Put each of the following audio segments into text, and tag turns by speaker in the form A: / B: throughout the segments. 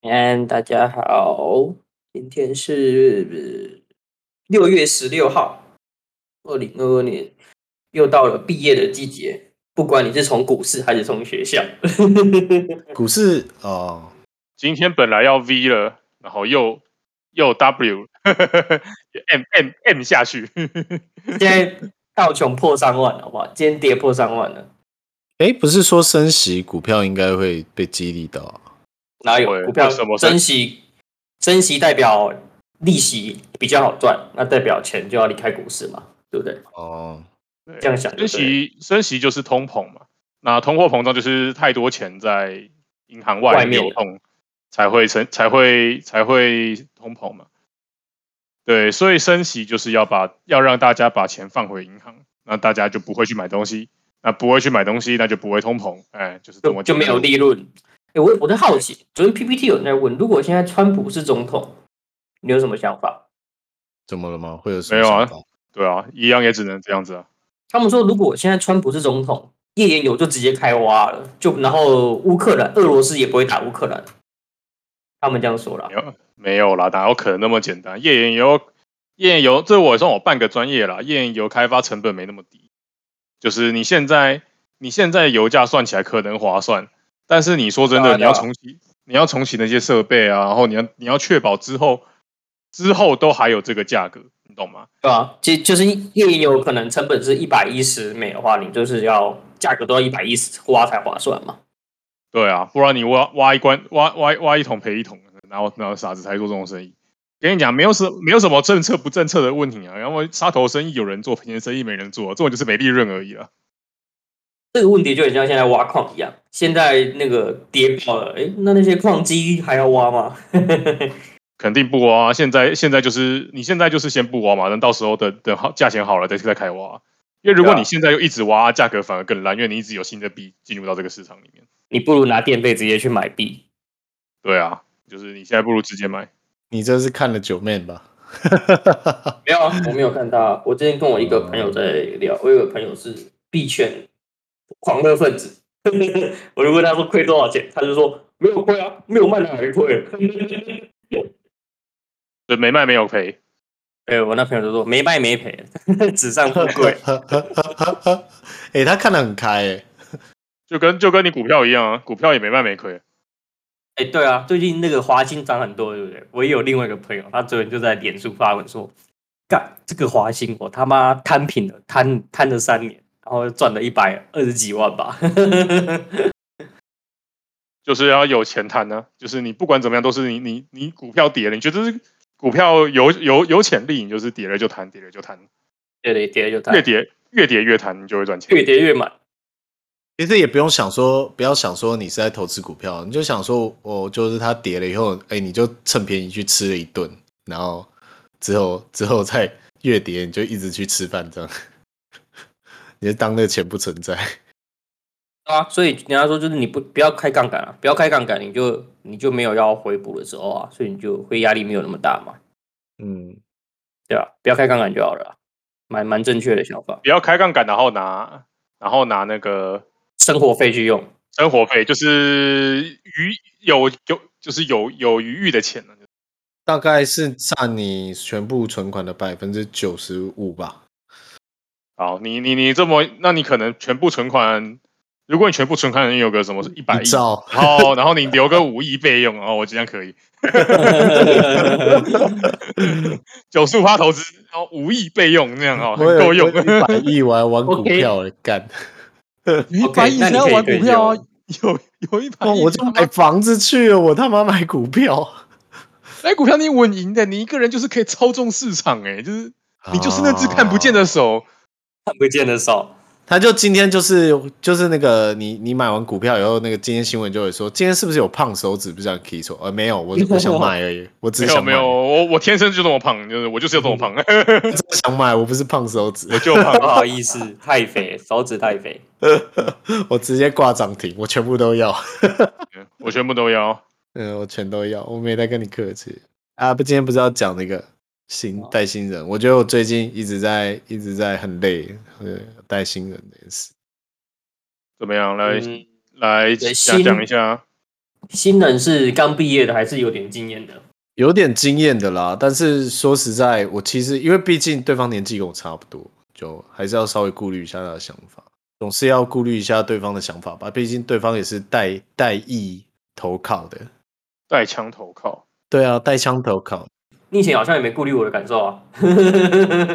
A: 平安，大家好，今天是六月十六号，二零二二年，又到了毕业的季节。不管你是从股市还是从学校，
B: 股市哦，
C: 今天本来要 V 了，然后又又 W，m M M 下去。
A: 现在道琼破三万了，好不好？今天跌破三万了，
B: 哎，不是说升息股票应该会被激励到啊、
A: 哪
C: 喂
A: 有股票
C: 为什么
A: 珍惜？珍惜代表利息比较好赚，那代表钱就要离开股市嘛，对不对？
B: 哦？
A: 这样想就对
C: 升息升息就是通膨嘛，那通货膨胀就是太多钱在银行外
A: 外面
C: 流动，才会升才会才会通膨嘛。对，所以升息就是要把要让大家把钱放回银行，那大家就不会去买东西，那不会去买东西，那就不会通膨，哎，就是这
A: 就
C: 么
A: 就没有
C: 简单
A: 利润。哎、我我在好奇，昨天 PPT 有人在问，如果现在川普是总统，你有什么想法？
B: 怎么了吗？会有什么
C: 没有啊
B: 想法
C: 对啊，一样也只能这样子啊。
A: 他们说，如果现在川普是总统，页岩油就直接开挖了，就然后乌克兰、俄罗斯也不会打乌克兰。他们这样说了
C: 没，有没有啦，哪有可能那么简单？页岩油，页岩油，这我也算我半个专业啦。页岩油开发成本没那么低，就是你现在你现在油价算起来可能划算，但是你说真
A: 对
C: 的，
A: 啊
C: 你要
A: 对啊
C: 重启，你要重启那些设备啊，然后你要你要确保之后之后都还有这个价格，你懂吗？
A: 对吧、啊？就就是页岩油可能成本是一百一十美的话，你就是要价格都要一百一十挖才划算嘛。
C: 对啊，不然你挖挖一关挖挖挖一桶赔一桶，然后然后傻子才做这种生意。跟你讲，没有什没有什么政策不政策的问题啊，然后杀头生意有人做，赔钱生意没人做，这种就是没利润而已了。
A: 这个问题就很像现在挖矿一样，现在那个跌爆了，哎，那那些矿机还要挖吗？
C: 肯定不挖、啊，现在现在就是你现在就是先不挖嘛，等到时候等等好价钱好了再再开挖。因为如果
A: 对啊
C: 你现在又一直挖，价格反而更烂，因为你一直有新的币进入到这个市场里面。
A: 你不如拿电费直接去买币。
C: 对啊，就是你现在不如直接买。
B: 你这是看了九妹吧？
A: 没有啊，我没有看到。我之前跟我一个朋友在聊，我有个朋友是币圈狂热分子， 我就问他说亏多少钱，他就说没有亏啊，没有卖哪里亏。
C: 对，没卖没有赔，
A: 哎、我那朋友就说没卖没赔，纸上富 贵。
B: 哎、他看得很开、欸，
C: 就跟就跟你股票一样啊，股票也没卖没亏。
A: 哎、对啊，最近那个华兴涨很多，对不对？我也有另外一个朋友，他昨天就在脸书发文说，干这个华兴我他妈摊平了，摊摊了三年，然后赚了一百二十几万吧。
C: 就是要有钱谈呢、就是你不管怎么样都是你你你股票跌了，你觉得是股票有有有潜力，你就是跌了就谈，跌了就谈，
A: 对对，跌了就摊
C: 越，跌越跌越谈，你就会赚钱。
A: 越跌越满。
B: 其实也不用想说，不要想说你是在投资股票，你就想说，我就是它跌了以后，哎、你就趁便宜去吃了一顿，然后之后之后再越跌，你就一直去吃饭这样， 你就当那个钱不存在。
A: 啊，所以人家说就是你不不要开杠杆啊，不要开杠杆，你就你就没有要回补的时候啊，所以你就会压力没有那么大嘛，
B: 嗯，
A: 对吧、不要开杠杆就好了啊、蛮蛮正确的想法。
C: 不要开杠杆，然后拿然后拿那个
A: 生活费去 用，
C: 生活费，就是余有有就是有有余裕的钱呢、
B: 大概是占你全部存款的百分之九十五吧。
C: 好，你你你这么，那你可能全部存款，如果你全部存款有个什么一百
B: 一
C: 亿，哦
B: 兆
C: 然后然后你留个五亿备用，哦，我这样可以，九十五趴投资，然后五亿备用那样哦，很
B: 我有
C: 够用。
B: 一百亿，我还玩 股
A: OK
B: 票嘞，干！
C: 一
A: OK，那你可以退休？
C: 啊有有一百
B: 哦，
C: 亿，
B: 我就买房子去了，我他妈买股票。
C: 买股票你稳赢的，你一个人就是可以欸操纵市场、哎，就是你就是那只看不见的手，
A: 看不见的手，
B: 他就今天就是就是那个你你买完股票以后，那个今天新闻就会说，今天是不是有胖手指不想 K 错？呃，没有，我我想买而已，我只
C: 没
B: 是
C: 有
B: 想
C: 没
B: 买，
C: 有，我我天生就这么胖，就是我就是要这么胖，
B: 我只是想买，我不是胖手指，
C: 我就胖。
A: 不好意思，太肥，手指太肥。
B: 我直接挂涨停，我全部都要，
C: 我全部都要。
B: 嗯，我全都要，我没在跟你客气啊。不，今天不是要讲那个新带新人，我觉得我最近一直在一直在很累，呃，带新人这件事。
C: 怎么
D: 哎
C: 样？来、
A: 嗯，
C: 来
D: 对
C: 讲
D: 新
C: 讲一下，
D: 新人是刚毕业的，还是有点经验的？
B: 有点经验的啦，但是说实在，我其实因为毕竟对方年纪跟我差不多，就还是要稍微顾虑一下他的想法，总是要顾虑一下对方的想法吧。毕竟对方也是带带艺投靠的，
C: 带枪投靠。
B: 对啊，带枪投靠。
D: 你以前好像也没顾虑我的感受 啊。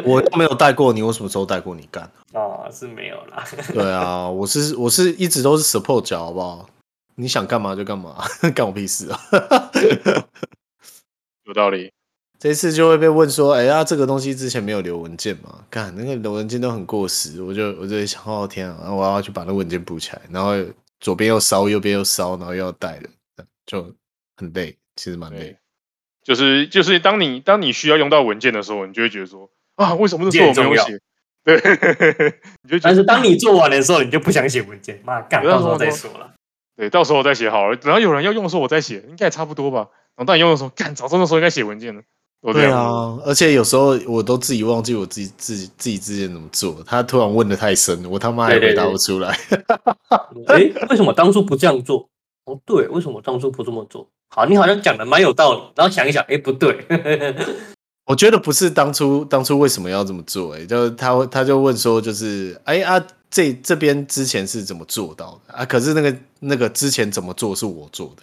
B: 我又没有带过你，我什么时候带过你干？
D: 啊，是没有 啦。
B: 对啊，我是我是一直都是 support 脚，好不好？你想干嘛就干嘛， 干我屁事啊！
C: 有道理，
B: 这一次就会被问说，哎、呀、这个东西之前没有留文件嘛？干，那个留文件都很过时，我就我就会想，哦天啊，我要去把那文件补起来，然后左边又烧，右边又烧，然后又要带的，就很累，其实蛮累
C: 对。就是就是当你当你需要用到文件的时候，你就会觉得说啊，为什么那时候我没有写？对， 你就觉
D: 但
C: 得
D: 是当你做完的时候，你就不想写文件，妈干，
C: 有那
D: 到
C: 种
D: 时候再说了。
C: 对，到时候我再写好了。等到有人要用的时候，我再写，应该也差不多吧。然后当你用的时候，干，早知道那时候应该写文件了。我这
B: 对
C: 样子，
B: 啊，而且有时候我都自己忘记我自己自己自己之前怎么做，他突然问的太深，我他妈还
D: 对对
B: 回答
D: 对
B: 不出来。
D: 诶，为什么当初不这样做？哦，对，为什么当初不这么做？好，你好像讲的蛮有道理，然后想一想，诶，不对，
B: 我觉得不是当初当初为什么要这么做、欸，哎，就是他会他就问说，就是哎啊，这这边之前是怎么做到的啊？可是那个那个之前怎么做是我做的，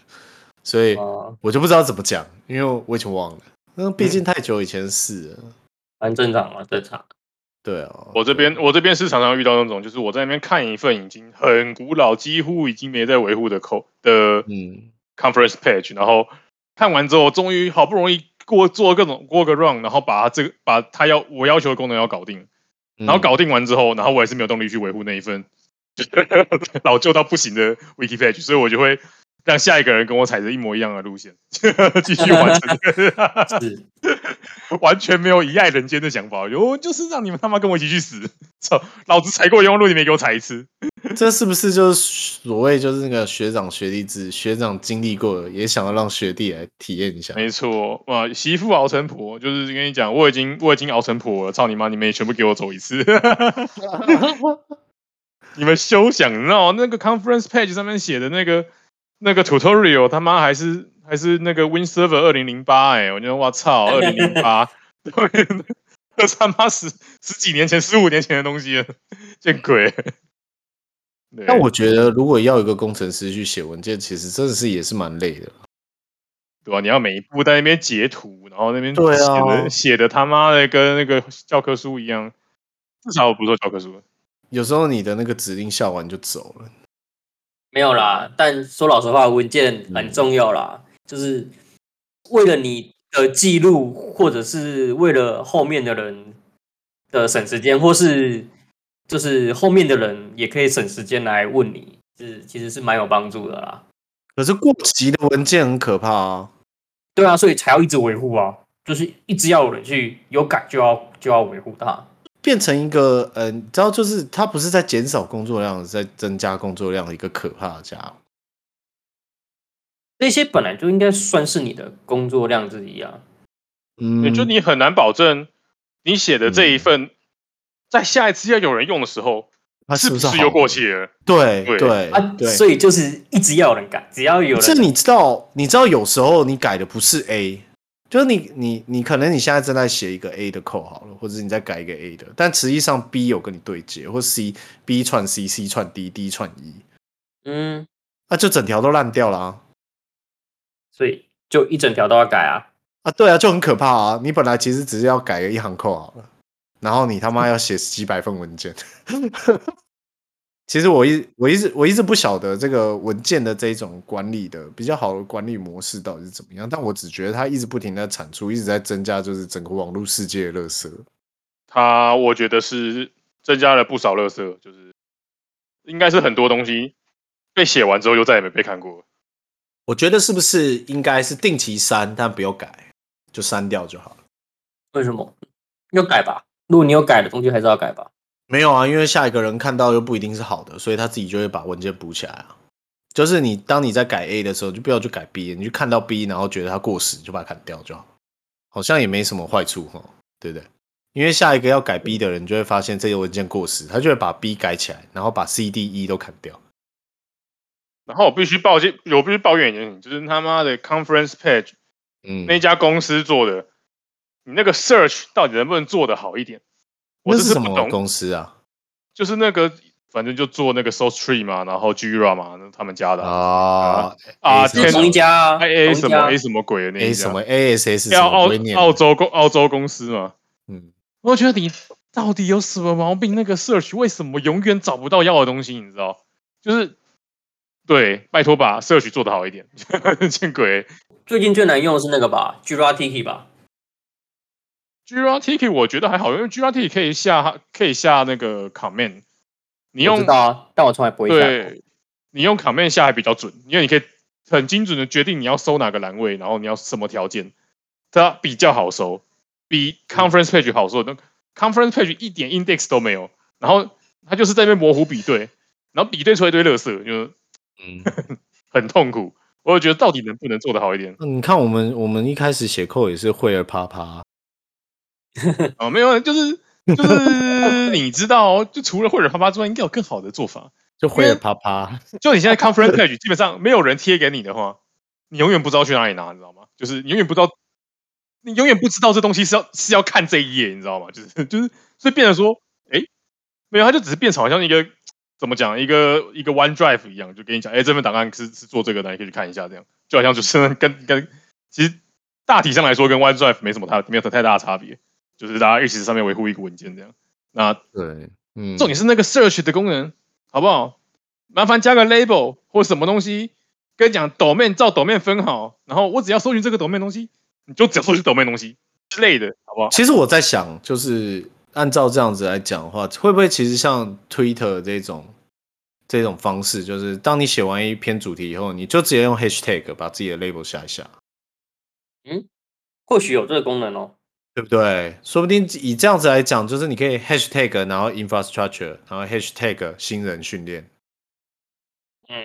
B: 所 以
D: 啊，
B: 我就不知道怎么讲，因为我已经忘了，那毕
C: 嗯
B: 竟太久以前的事了。
D: 蛮正常嘛，正常。
B: 对啊，
C: 我这边我这边是常常遇到那种，就是我在那边看一份已经很古老，几乎已经没在维护的口的
B: 嗯，
C: conference page，然后看完之后，终于好不容易过做各种过个 round，然后把它这个把它要我要求的功能要搞定，
B: 然
C: 然后搞定完之后，然后我也是没有动力去维护那一份 就是老旧到不行的 wiki page，所以我就会让下一个人跟我踩着一模一样的路线 继续完成 这个，
D: 是，
C: 完全没有一爱人间的想法，我就我就是让你们他妈跟我一起去死， 操，老子踩过一样的路，你没给我踩一次，
B: 这是不是就是所谓就是那个学长学弟制？学长经历过了，也想要让学弟来体验一下。
C: 没错，哇，媳妇熬成婆，就是跟你讲，我已经我已经熬成婆了，操你妈，你们也全部给我走一次， 你们休想！你知道那个 conference page 上面写的那个那个 tutorial，他妈还是还是那个 Win Server 二零零八哎，我觉得哇操，二零零八， 这他妈十十几年前、十五年前的东西了，见鬼！对
B: 但我觉得，如果要一个工程师去写文件，其实真的是也是蛮累的。
C: 对吧、你要每一步在那边截图，然后那边
B: 对啊
C: 写的写的他妈的跟那个教科书一样，至少我不做教科书，
B: 有时候你的那个指令下完就走了，
D: 没有啦。但说老实话，文件很重要啦，就是为了你的记录，或者是为了后面的人的省时间，或是就是后面的人也可以省时间来问你，是其实是蛮有帮助的啦。
B: 可是过期的文件很可怕啊。
D: 对啊，所以才要一直维护啊，就是一直要有人去有改就要就要维护它。
B: 变成一个，呃，你知道，就是它不是在减少工作量，是在增加工作量的一个可怕的家伙。
D: 这些本来就应该算是你的工作量之一啊。
C: 也
B: 嗯
C: 就你很难保证你写的这一份，在下一次要有人用的时候，
B: 它
C: 是
B: 不是
C: 是又
B: 好
C: 过
B: 的？
C: 期了？
B: 对
C: 对
B: 对
D: 啊，
B: 对，
D: 所以就是一直要有人改，只要有
B: 可是
D: 人
B: 你知道，你知道有时候你改的不是 A，就是你你你可能你现在正在写一个 A 的扣好了，或者是你再改一个 A 的，但实际上 B 有跟你对接，或 C B 串 C，C 串 D，D 串 E，
D: 嗯，
B: 那、就整条都烂掉了啊。
D: 所以就一整条都要改啊。
B: 啊，对啊，就很可怕啊！你本来其实只是要改个一行扣好了，然后你他妈要写几百份文件。 其实我一我一直我一直不晓得这个文件的这种管理的比较好的管理模式到底是怎么样，但我只觉得它一直不停的产出，一直在增加，就是整个网络世界的垃圾。
C: 它我觉得是增加了不少垃圾，就是应该是很多东西被写完之后就再也没被看过了。
B: 我觉得是不是应该是定期删，但不要改，就删掉就好了。
D: 为什么？要改吧。如果你有改的东西，还是要改吧。
B: 没有啊，因为下一个人看到又不一定是好的，所以他自己就会把文件补起来啊。就是你当你在改 A 的时候，就不要去改 B，你就看到 B，然后觉得它过时，就把它砍掉就好，好像也没什么坏处哈，对不对？因为下一个要改 B 的人就会发现这个文件过时，他就会把 B 改起来，然后把 C、D、E 都砍掉。
C: 然后我必须抱歉，我必须抱怨一件事情，就是他妈的 conference page
B: 嗯，
C: 那家公司做的，你那个 search 到底能不能做得好一点？我
B: 那
C: 这
B: 是
C: 是
B: 什
C: 不
B: 么
C: 懂，
B: 公司啊？
C: 就是那个反正就做那个 Source Tree 嘛，啊然后 Gira 嘛，那他们家的啊
B: 啊
C: 啊，
B: 天
C: 天
B: 哪
D: 同一家啊，
C: ，I
D: 同
C: A 哎什
D: 一家
C: 么
D: 啊
C: A 什么鬼的那一
B: ，A
C: 家
B: 什么 ASS 什
C: 要
B: 么
C: 澳
B: 不会念的
C: 澳洲公澳洲公司嘛，
B: 嗯，
C: 我觉得你到底有什么毛病？那个 search 为什么永远找不到要的东西？你知道？就是对，拜托把 search 做得好一点， 见鬼
D: 最近最难用的是那个吧 g r a t i k i 吧，
C: ！GRTK 我觉得还好，因为 GRTK 可以下可以下那个 comment，你
D: 我
C: 用
D: 知道啊，但我从来不会下。
C: 对，你用 comment 下还比较准，因为你可以很精准的决定你要搜哪个栏位，然后你要什么条件，它比较好搜，比 conference page 好搜。那 conference page 一点 index 都没有，然后它就是在那边模糊比对，然后比对出来一堆垃圾，就是
B: 嗯，？
C: 很痛苦。我就觉得到底能不能做得好一点
B: 嗯那你看我们我们一开始写扣也是会儿啪啪，
C: 啊、没有，就是就是你知道，哦就除了或者啪啪之外，应该有更好的做法。
B: 就会儿啪啪。
C: 就你现在 conference page 基本上没有人贴给你的话，你永远不知道去哪里拿，你知道吗？就是你永远不知道，你永远不知道这东西是要是要看这一页，你知道吗？就是 就是，所以变成说，哎、没有，它就只是变成好像一个怎么讲，一个一个 OneDrive 一样，就跟你讲，哎、这份档案是是做这个的，你可以去看一下，这样就好像就是跟跟其实大体上来说跟 OneDrive 没什么太没有太大的差别，就是大家一起在上面维护一个文件这样。那
B: 对，嗯，
C: 重点是那个 search 的功能，好不好？麻烦加个 label 或什么东西，跟你讲 domain 照 domain 分好，然后我只要搜寻这个 domain 东西，你就只要搜寻 domain 东西之类的，好不好？
B: 其实我在想，就是按照这样子来讲的话，会不会其实像 Twitter 这种这种方式，就是当你写完一篇主题以后，你就直接用 Hashtag 把自己的 label 下一下，
D: 或许有这个功能哦。
B: 对不对？说不定以这样子来讲，就是你可以 Hashtag 然后 infrastructure，然后 Hashtag 新人训练，
D: 嗯，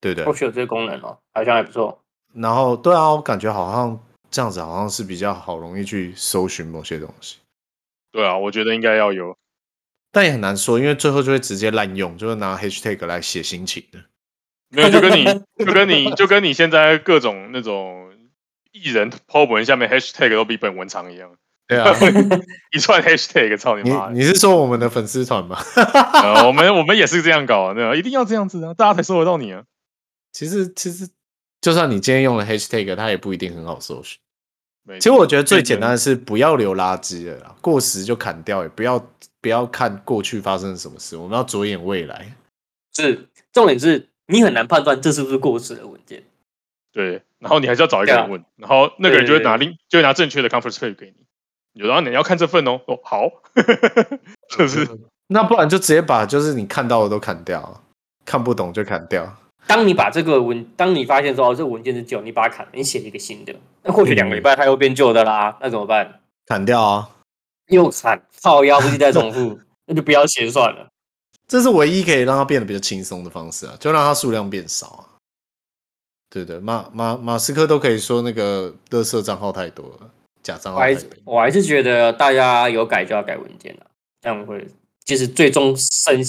B: 对不对
D: 或？许有这个功能哦，好像还不错。
B: 然后对啊，我感觉好像这样子好像是比较好容易去搜寻某些东西，
C: 对啊，我觉得应该要有。
B: 但也很难说，因为最后就会直接滥用，就是拿 Hashtag 来写心情的。
C: 没有，就跟你就跟你就跟你现在各种那种艺人 po 文下面 hashtag 都比本文长 一样，
B: 对 啊，
C: 一串 hashtag，操你
B: 你
C: 妈的！
B: 你是说我们的粉丝团吗？
C: 呃我们我们也是这样搞啊，对啊，一定要这样子啊，大家才搜得到你啊。
B: 其实其实，就算你今天用了 hashtag，它也不一定很好搜寻。
C: 没
B: 其实
C: 错
B: 我觉得最简单的是不要留垃圾了啦，过时就砍掉，也不要不要看过去发生了什么事，我们要着眼未来。
D: 是，重点是你很难判断这是不是过时的文件。
C: 对，然后你还是要找一个
D: 对啊
C: 人问，然后那个人就会
D: 对对
C: 拿另就会拿正确的 conference page 给你，你就然后你要看这份哦，哦好， 就是
B: 那不然就直接把就是你看到的都砍掉，啊看不懂就砍掉。
D: 当你把这个文，当你发现说哦，这个文件是旧，你把它砍，了，你写了一个新的，那或许两个礼拜它又变旧的啦，那怎么办？
B: 砍掉啊！
D: 又砍，靠腰不是在重复，那就不要写算了。
B: 这是唯一可以让它变得比较轻松的方式啊，就让它数量变少啊。对对，马马马斯克都可以说那个垃圾账号太多了，假账
D: 我
B: 号太
D: 还
B: 多。
D: 我还是觉得大家有改就要改文件了，这样会就是最终省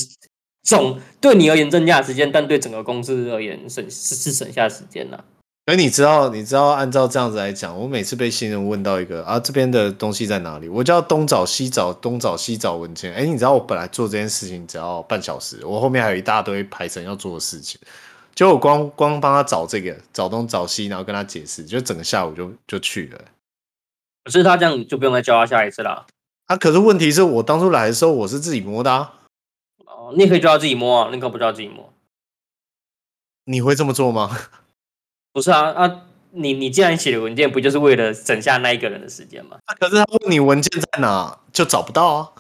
D: 总对你而言增加时间，但对整个公司而言省是是省下时间了。
B: 哎，你知道，你知道，按照这样子来讲，我每次被新人问到一个啊，这边的东西在哪里，我就要东找西找，东找西找文件。哎，你知道我本来做这件事情只要半小时，我后面还有一大堆排程要做的事情，结果我光光帮他找这个，找东找西，然后跟他解释，就整个下午就就去了。
D: 可是他这样就不用再教他下一次啦。
B: 啊，可是问题是我当初来的时候我是自己摸的啊，
D: 哦，你也可以叫他自己摸啊，那个不叫自己摸。
B: 你会这么做吗？
D: 不是啊啊，你你既然写的文件不就是为了省下那一个人的时间吗？
B: 啊可是他问 你文件在哪，就找不到啊。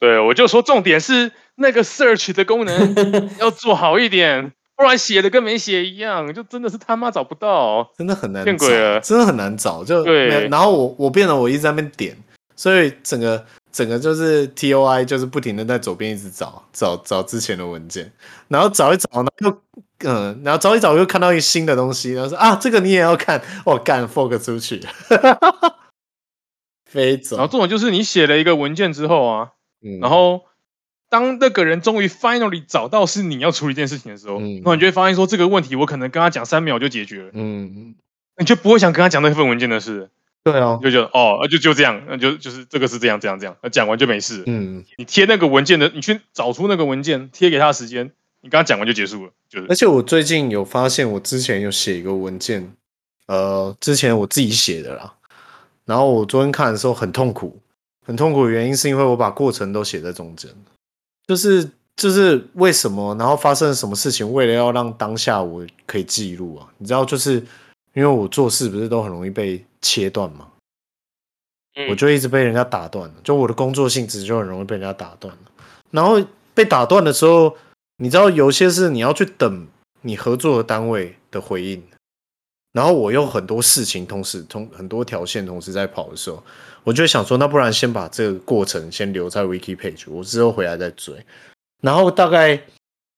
C: 对，我就说重点是那个 search 的 功能要做好一点，不然写的跟没写一样，就真的是他妈找不到。
B: 真的很难
C: 见
B: 找
C: 鬼了，
B: 真的很难找。就
C: 对
B: 没有然后我我变得我一直在那边点，所以整个整个就是 T O I 就是不停的在左边一直找找找之前的文件，然后找一找，然后又嗯、然后找一找又看到一个新的东西，然后说啊这个你也要看，我干 fork 出去， 飞走
D: 啊
C: 然后。这种就是你写了一个文件之后啊，
B: 嗯
C: 然后当那个人终于 finally 找到是你要处理这件事情的时候，
B: 嗯
C: 那你就会发现说这个问题我可能跟他讲三秒就解决了，
B: 嗯，
C: 你就不会想跟他讲那份文件的事，
B: 对哦
C: 你，就觉得哦，啊就就这样，那就就是这个是这样这样这样，那讲完就没事了。
B: 嗯，
C: 你贴那个文件的，你去找出那个文件贴给他的时间，你跟他讲完就结束了，就是
B: 而且我最近有发现，我之前有写一个文件，呃，之前我自己写的啦。然后我昨天看的时候很痛苦，很痛苦的原因是因为我把过程都写在中间，就是就是为什么，然后发生了什么事情，为了要让当下我可以记录啊，你知道，就是因为我做事不是都很容易被切断吗？
D: 嗯
B: 我就一直被人家打断了，就我的工作性质就很容易被人家打断了。然后被打断的时候，你知道有些是你要去等你合作的单位的回应，然后我有很多事情同时同很多条线同时在跑的时候，我就会想说，那不然先把这个过程先留在 wiki page，我之后回来再追。然后大概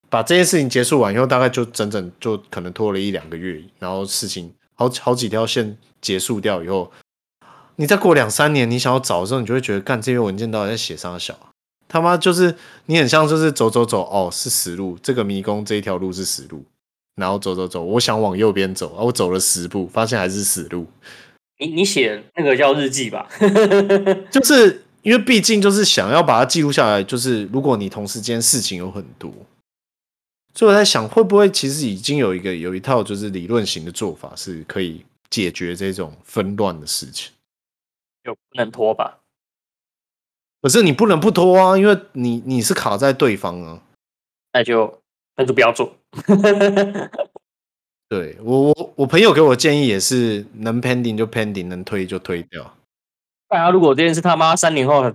B: 把这件事情结束完以后，大概就整整就可能拖了一两个月，然后事情好好几条线结束掉以后，你再过两三年，你想要找的时候，你就会觉得，干这些文件到底在写啥小啊、他妈就是你很像就是走走走，哦，是死路，这个迷宫这一条路是死路，然后走走走，我想往右边走，啊，我走了十步，发现还是死路，
A: 你你写那个叫日记 吧？
B: 就是因为毕竟就是想要把它记录下来，就是如果你同时间事情有很多，所以我在想会不会其实已经有一个有一套就是理论型的做法是可以解决这种纷乱的事情。
A: 有不能拖吧？
B: 可是你不能不拖啊，因为你你是卡在对方啊。
A: 那就那就不要做。
B: 对我我我朋友给我建议也是能 pending 就 pending，能推就推掉。
A: 大哎家如果这件事他妈三年后很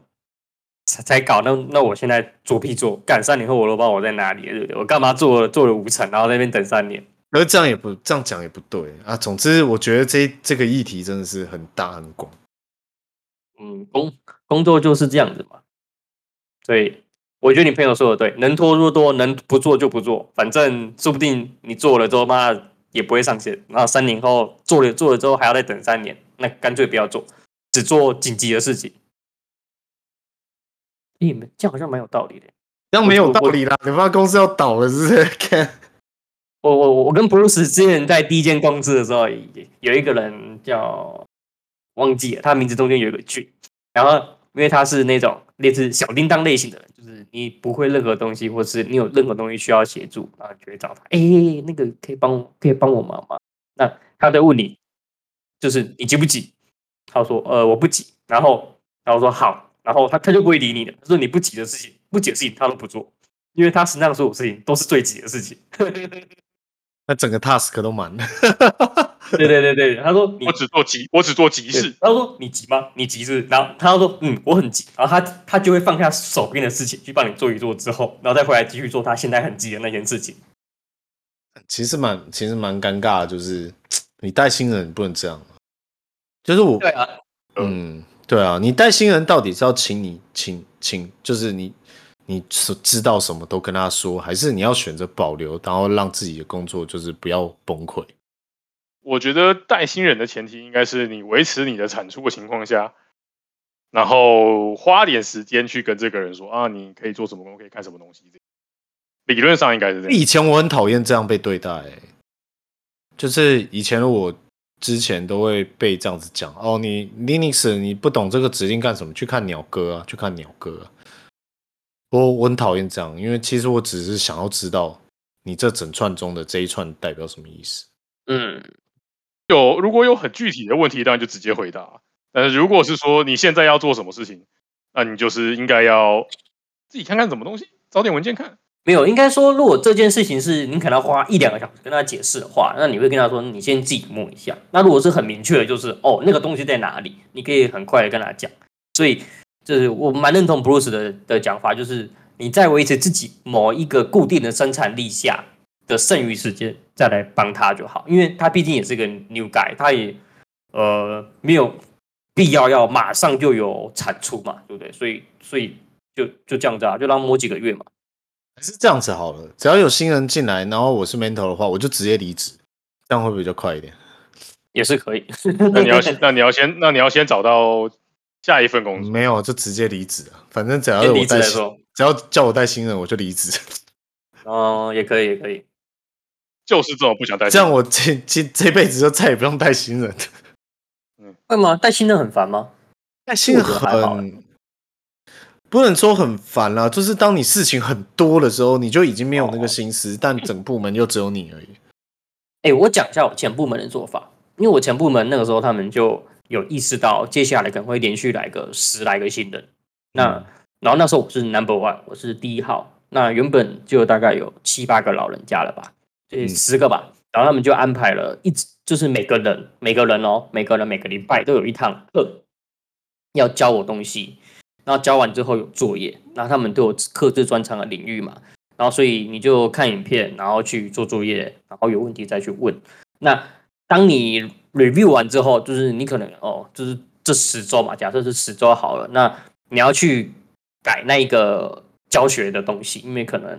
A: 才才搞，那那我现在做屁做？干三年后我都不知道我在哪里了，对不对？我干嘛做了做了五成，然后在那边等三年？
B: 可是这样也不这样讲也不对啊。总之，我觉得这这个议题真的是很大很广。
A: 嗯，工工作就是这样子嘛。所以我觉得你朋友说的对，能拖就拖，能不做就不做，反正说不定你做了之后，妈的也不会上线。然后三年后做了做了之后还要再等三年，那干脆不要做，只做紧急的事情。你们这样好像蛮有道理的。
B: 这样没有道理啦！你妈公司要倒了，是不是？ 看，
A: 我我我跟 Bruce 之前在第一间公司的时候，也有一个人叫忘记了，他名字中间有一个句，然后因为他是那种类似小叮当类型的人，就是你不会任何东西，或是你有任何东西需要协助，然后你就会找他，哎、那个可以帮我可以帮我忙吗？那他在问你，就是你急不急？他说呃我不急，然后然后说好，然后他他就不会理你了，他说你不急的事情，不急的事情他都不做。因为他身上所有事情都是最急的事情，
B: 那整个 task 都满了。
A: 对对对对，他说你
C: 我只做急，我只做急
A: 对
C: 事。
A: 他说你急吗？你急是不是，然后他说嗯，我很急，然后他他就会放下手边的事情去帮你做一做之后，然后再回来继续做他现在很急的那件事情。
B: 其实蛮其实蛮尴尬的，就是你带新人你不能这样。啊就是我，
A: 对啊，
B: 嗯，对啊，你带新人到底是要请你请请，就是你你所知道什么都跟他说，还是你要选择保留，然后让自己的工作就是不要崩溃？
C: 我觉得带新人的前提应该是你维持你的产出的情况下，然后花点时间去跟这个人说啊，你可以做什么工，可以看什么东西。理论上应该是这样。
B: 以前我很讨厌这样被对待、欸就是以前我之前都会被这样子讲哦，你 Linux 你不懂这个指令干什么？去看鸟哥啊，去看鸟哥、啊。我我很讨厌这样，因为其实我只是想要知道你这整串中的这一串代表什么意思。
A: 嗯，
C: 有如果有很具体的问题，当然就直接回答。但是如果是说你现在要做什么事情，那你就是应该要自己看看什么东西，找点文件看。
A: 没有，应该说如果这件事情是你可能要花一两个小时跟他解释的话，那你会跟他说你先自己摸一下。那如果是很明确的，就是哦那个东西在哪里，你可以很快的跟他讲。所以就是我蛮认同 Bruce 的的讲法，就是你再维持自己某一个固定的生产力下的剩余时间再来帮他就好，因为他毕竟也是个 new guy，他也呃没有必要要马上就有产出嘛，对不对？所以所以就就这样子啊，就让他摸几个月嘛。
B: 还是这样子好了，只要有新人进来，然后我是 mentor 的话，我就直接离职，这样会不会比较快一点？
A: 也是可以，
C: 那你要那你要先那你要先找到下一份工作，
B: 没有，就直接离职啊。反正只要
A: 先
B: 我
A: 哎离职
B: 带
A: 来
B: 新，
A: 说，
B: 只要叫我带新人，我就离职。
A: 哦、也可以，也可以。
C: 就是这种不想待。
B: 这样我这这这辈子就再也不用带新人了。
A: 会吗？带新人很烦吗？
B: 带新人
A: 我觉得还好啊
B: 很不能说很烦啦，就是当你事情很多的时候，你就已经没有那
A: 哦
B: 个心思，但整部门又只有你而已。
A: 哎、我讲一下我前部门的做法，因为我前部门那个时候他们就有意识到，接下来可能会连续来个十来个新人。那、
B: 嗯
A: 然后那时候我是 number one，我是第一号。那原本就大概有七八个老人家了吧，对，
B: 嗯
A: 十个吧。然后他们就安排了一直，就是每个人每个人哦，每个人每个礼拜都有一堂课要教我东西。然后教完之后有作业，然后他们都有各自专长的领域嘛。然后所以你就看影片，然后去做作业，然后有问题再去问。那当你 review 完之后，就是你可能哦，就是这十周嘛，假设是十周好了，那你要去改那一个教学的东西，因为可能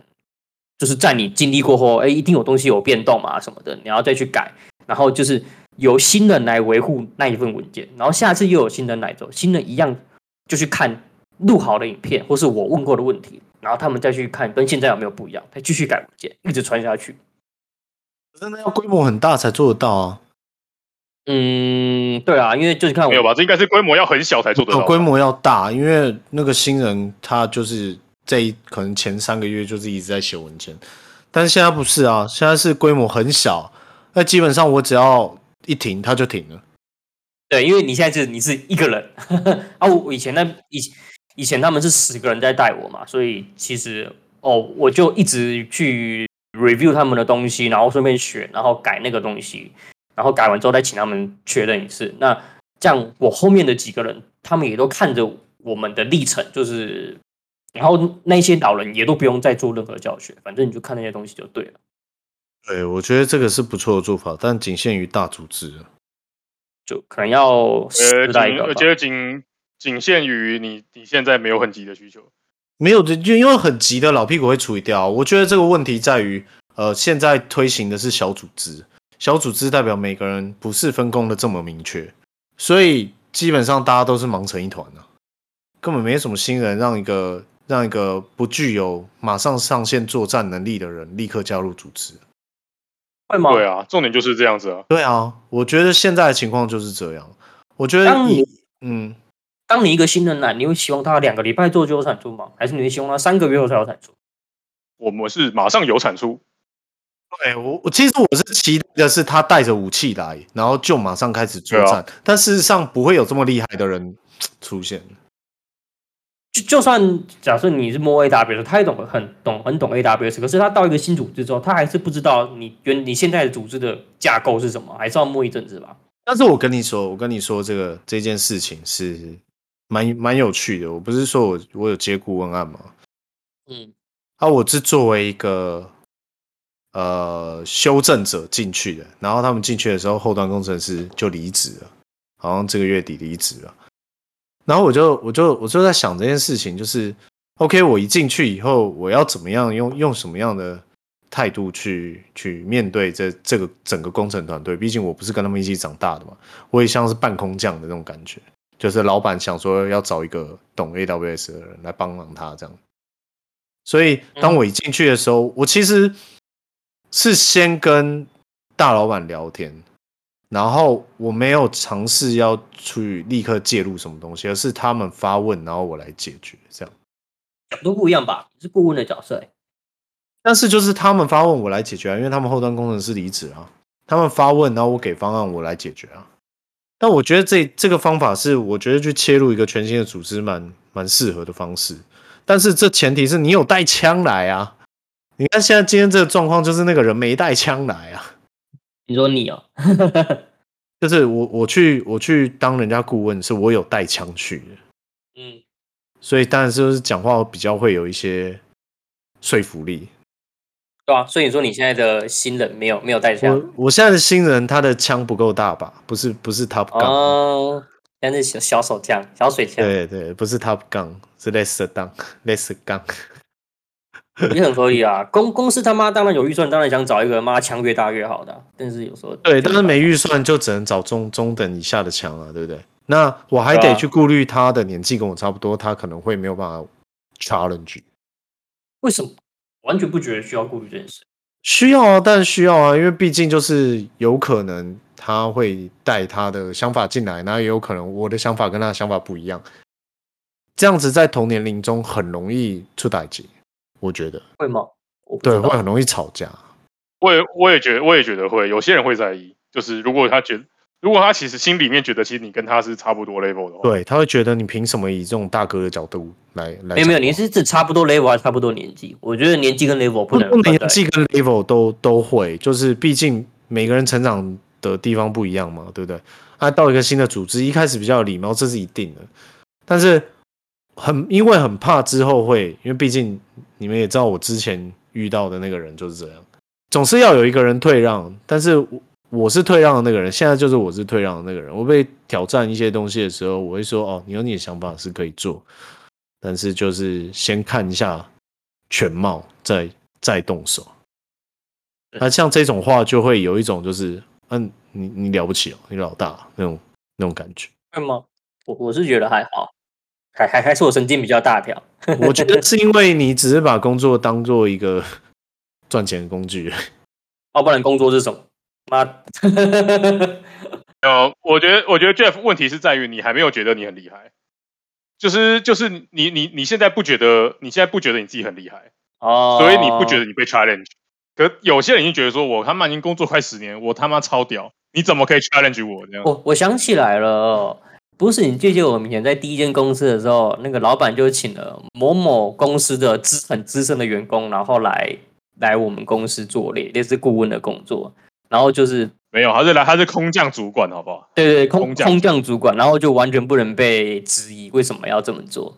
A: 就是在你经历过后，哎，一定有东西有变动嘛什么的，你要再去改。然后就是由新人来维护那一份文件，然后下次又有新人来做，新人一样就去看录好的影片，或是我问过的问题，然后他们再去看跟现在有没有不一样，再继续改文件，一直传下去。
B: 真的要规模很大才做得到啊！
A: 嗯，对啊，因为就是看我
C: 没有吧？这应该是规模要很小才做得
B: 哦
C: 到吧。
B: 规模要大，因为那个新人他就是这一可能前三个月就是一直在写文件，但是现在不是啊，现在是规模很小，那基本上我只要一停他就停了。
A: 对，因为你现在是你是一个人 啊，我我以前那以以前他们是十个人在带我嘛，所以其实哦，我就一直去 review 他们的东西，然后顺便学，然后改那个东西，然后改完之后再请他们确认一次。那这样我后面的几个人，他们也都看着我们的历程，就是然后那些老人也都不用再做任何教学，反正你就看那些东西就对了。
B: 对，我觉得这个是不错的做法，但仅限于大组织。
A: 就可能要十
C: 呃，
A: 来
C: 仅
A: 个吧，
C: 我觉得仅仅限于你你现在没有很急的需求。
B: 没有的，就因为很急的老屁股会处理掉。我觉得这个问题在于，呃，现在推行的是小组织，小组织代表每个人不是分工的这么明确，所以基本上大家都是忙成一团的、根本没什么新人让一个让一个不具有马上上线作战能力的人立刻加入组织。
A: 会吗？
C: 对啊，重点就是这样子啊。
B: 对啊，我觉得现在的情况就是这样。我觉得
A: 当
B: 以
A: 你
B: 嗯，
A: 当你一个新人来，你会希望他两个礼拜做就有产出吗？还是你会希望他三个月后才有产出？
C: 我们是马上有产出，
B: 对我，我其实我是期待的是他带着武器来，然后就马上开始作战，但事实上不会有这么厉害的人出现。
A: 就就算假设你是摸 AWS，他也懂得很懂很懂 AWS，可是他到一个新组织之后，他还是不知道你原你现在的组织的架构是什么，还是要摸一阵子吧。
B: 但是我跟你说，我跟你说这个这件事情是蛮蛮有趣的。我不是说我我有接顾问案吗？
A: 嗯，
B: 啊，我是作为一个呃修正者进去的，然后他们进去的时候，后端工程师就离职了，好像这个月底离职了。然后我就我就我就在想这件事情，就是 OK，我一进去以后，我要怎么样用用什么样的态度去去面对这这个整个工程团队？毕竟我不是跟他们一起长大的嘛，我也像是半空降的那种感觉，就是老板想说要找一个懂 AWS 的人来帮忙他这样。所以当我一进去的时候，我其实是先跟大老板聊天，然后我没有尝试要去立刻介入什么东西，而是他们发问，然后我来解决这样。
A: 角度不一样吧？你是顾问的角色、欸，
B: 但是就是他们发问，我来解决啊，因为他们后端工程师离职啊，他们发问，然后我给方案，我来解决啊。但我觉得这这个方法是，我觉得去切入一个全新的组织蛮蛮适合的方式。但是这前提是你有带枪来啊！你看现在今天这个状况，就是那个人没带枪来啊。
A: 你说你哦、
B: 就是我我去我去当人家顾问，是我有带枪去的，
A: 嗯，
B: 所以当然就是讲话比较会有一些说服力。
A: 对啊，所以你说你现在的新人没有没有带枪
B: 我我现在的新人他的枪不够大吧？不是不是 Top Gun，、
A: 哦，现在是小小手枪、小水枪。
B: 对对，不是 Top Gun，是 Lesser Gun，Lesser Gun。
A: 也很合理啊。公公司他妈当然有预算，当然想找一个妈枪越大越好的啊、但是有时候
B: 对，但是没预算就只能找中中等以下的强啊，对不对？那我还
A: 对
B: 得
A: 啊
B: 去顾虑他的年纪跟我差不多，他可能会没有办法 challenge。
A: 为什么完全不觉得需要顾虑这件事？
B: 需要啊，但需要啊，因为毕竟就是有可能他会带他的想法进来，那也有可能我的想法跟他的想法不一样，这样子在同年龄中很容易出打击，我觉得
A: 会吗？我不
B: 对，
A: 知
B: 会
A: 道。
B: 很容易吵架。
C: 我也我也觉得我也觉得会，有些人会在意，就是如果他觉得，如果他其实心里面觉得，其实你跟他是差不多 level 的话，
B: 对，他会觉得你凭什么以这种大哥的角度来来讲话？
A: 没有没有，
C: 哦
A: 你是指差不多 level 还是差不多年纪？我觉得年纪跟 level 不
B: 不
A: 能
B: 不
A: 分
B: 年
A: 开
B: 纪跟 level 都都会，就是毕竟每个人成长的地方不一样嘛，对不对？啊，到一个新的组织，一开始比较有礼貌，这是一定的。但是很因为很怕之后会，因为毕竟你们也知道，我之前遇到的那个人就是这样，总是要有一个人退让。但是我我是退让的那个人，现在就是我是退让的那个人。我被挑战一些东西的时候，我会说：“哦，你有你的想法是可以做，但是就是先看一下全貌，再再动手。”那像这种话就会有一种就是，嗯、你你了不起哦，你老大那种那种感觉。
A: 会吗？我我是觉得还好，还还还是我神经比较大条。
B: 我觉得是因为你只是把工作当做一个 赚钱的工具。
A: 要不然工作是什么？妈，
C: 呃，我觉得，我觉得 Jeff 问题是在于你还没有觉得你很厉害，就是就是你你你你现在不觉得你现在不觉得你自己很厉害，
A: 哦，
C: 所以你不觉得你被 challenge。可有些人已经觉得说，我他妈已经工作快十年，我他妈超屌，你怎么可以 challenge 我这样？
A: 哦我我想起来了，哦不是你记不记得我们以前在第一间公司的时候，那个老板就请了某某公司的资很资深的员工，然后来来我们公司做类类似顾问的工作，然后就是
C: 没有，他是来他是空降主管，好不好？
A: 对对空
C: 空降
A: 空降主管，然后就完全不能被质疑为什么要这么做。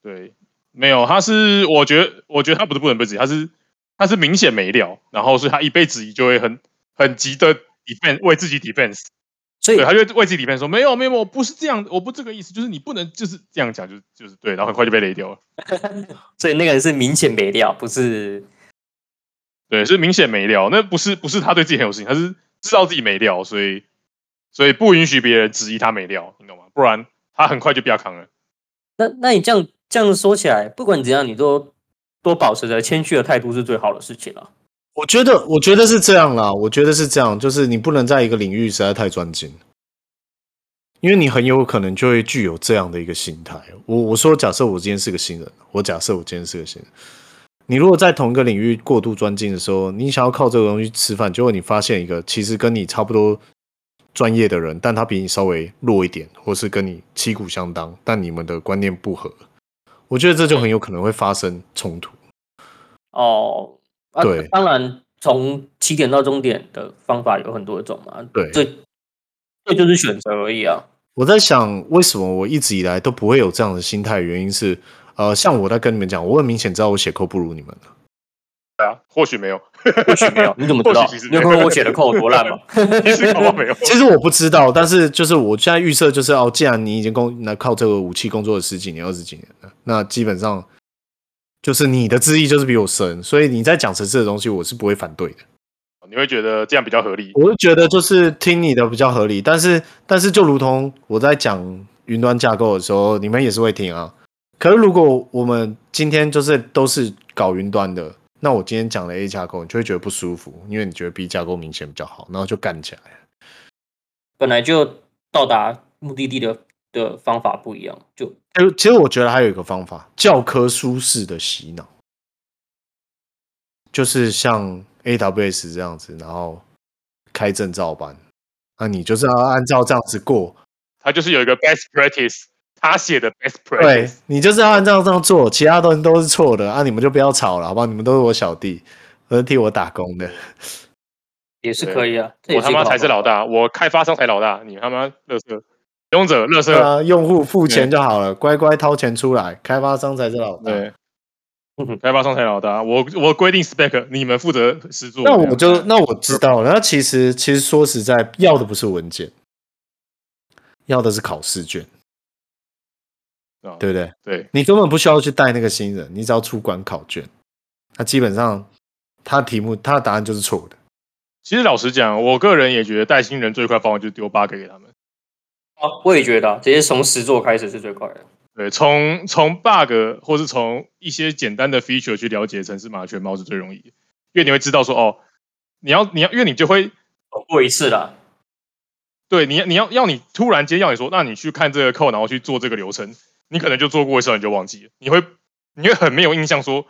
C: 对，没有，他是我觉得我觉得他不是不能被质疑，他是他是明显没料，然后所以他一被质疑就会很很急的 defense 为自己 defense。
A: 所以
C: 对，他就会为自己 defend 说没有没有，我不是这样，我不这个意思，就是你不能就是这样讲，就是就是对，然后很快就被雷掉了。
A: 所以那个人是明显没料，不是
C: 对，是明显没料，那不是不是他对自己很有信心，他是知道自己没料，所以所以不允许别人质疑他没料，你懂吗？不然他很快就被扛了。
A: 那那你这样这样说起来，不管怎样，你都多保持着谦虚的态度是最好的事情了。
B: 我觉得，我觉得是这样啦。我觉得是这样，就是你不能在一个领域实在太专精，因为你很有可能就会具有这样的一个心态。我我说，假设我今天是个新人，我假设我今天是个新人，你如果在同一个领域过度专精的时候，你想要靠这个东西吃饭，结果你发现一个其实跟你差不多专业的人，但他比你稍微弱一点，或是跟你旗鼓相当，但你们的观念不合，我觉得这就很有可能会发生冲突。
A: 哦，啊、
B: 对
A: 当然从起点到终点的方法有很多种嘛。
B: 对
A: 这这就是选择 而已啊。
B: 我在想，为什么我一直以来都不会有这样的心态？原因是，呃，像我在跟你们讲，我很明显知道我写扣不如你们了
C: 对啊，或许没有，
A: 或许没有，你怎么知道
C: 或许其？实
A: 你有
C: 没有
A: 看过我写 的扣有多烂吗？
C: 其实搞不好没有。
B: 其实我不知道，但是就是我现在预测就是，哦，既然你已经工那靠这个武器工作了十几年、二十几年了，那基本上就是你的资历就是比我深，所以你在讲层次的东西，我是不会反对的。
C: 你会觉得这样比较合理。
B: 我就觉得就是听你的比较合理，但是但是就如同我在讲云端架构的时候，你们也是会听啊。可是如果我们今天就是都是搞云端的，那我今天讲了 A 架构，你就会觉得不舒服，因为你觉得 B 架构明显比较好，然后就干起来。
A: 本来就到达目的地的的方法不一样，就
B: 哎其实我觉得还有一个方法，教科书式的洗脑，就是像 AWS 这样子，然后开证照班，那你就是要按照这样子过，
C: 他就是有一个 best practice，他写的 best
B: 对
C: practice。
B: 你就是要按照这样做，其他东西都是错的啊！你们就不要吵了，好不好？你们都是我小弟，都是替我打工的。
A: 也是
C: 对
A: 可以啊。这也
C: 我他
A: 一个
C: 妈
A: 好
C: 才是
A: 方法
C: 老大，我开发商才老大，你他妈乐色，使用者乐
B: 对
C: 色，
B: 啊，用户付钱就好了，乖乖掏钱出来，开发商才是老大。
C: 对，开发商才老大。我我规定 spec，你们负责实做。
B: 那我就那我知道了。那其实其实说实在，要的不是文件，要的是考试卷，
C: 啊
B: 对不对？
C: 对，
B: 你根本不需要去带那个新人，你只要出管考卷，他基本上他题目他的答案就是错的。
C: 其实老实讲，我个人也觉得带新人最快方法就是丢 bug 给他们。
A: 啊，我也觉得啊、直接从实做开始是最快的。
C: 对，从从 bug 或是从一些简单的 feature 去了解城市码全貌是最容易的，因为你会知道说哦，你要你要，因为你就会
A: 走过一次啦，
C: 对你要你要要你突然间要你说，那你去看这个扣，然后去做这个流程，你可能就做过一次你就忘记了，你会你会很没有印象说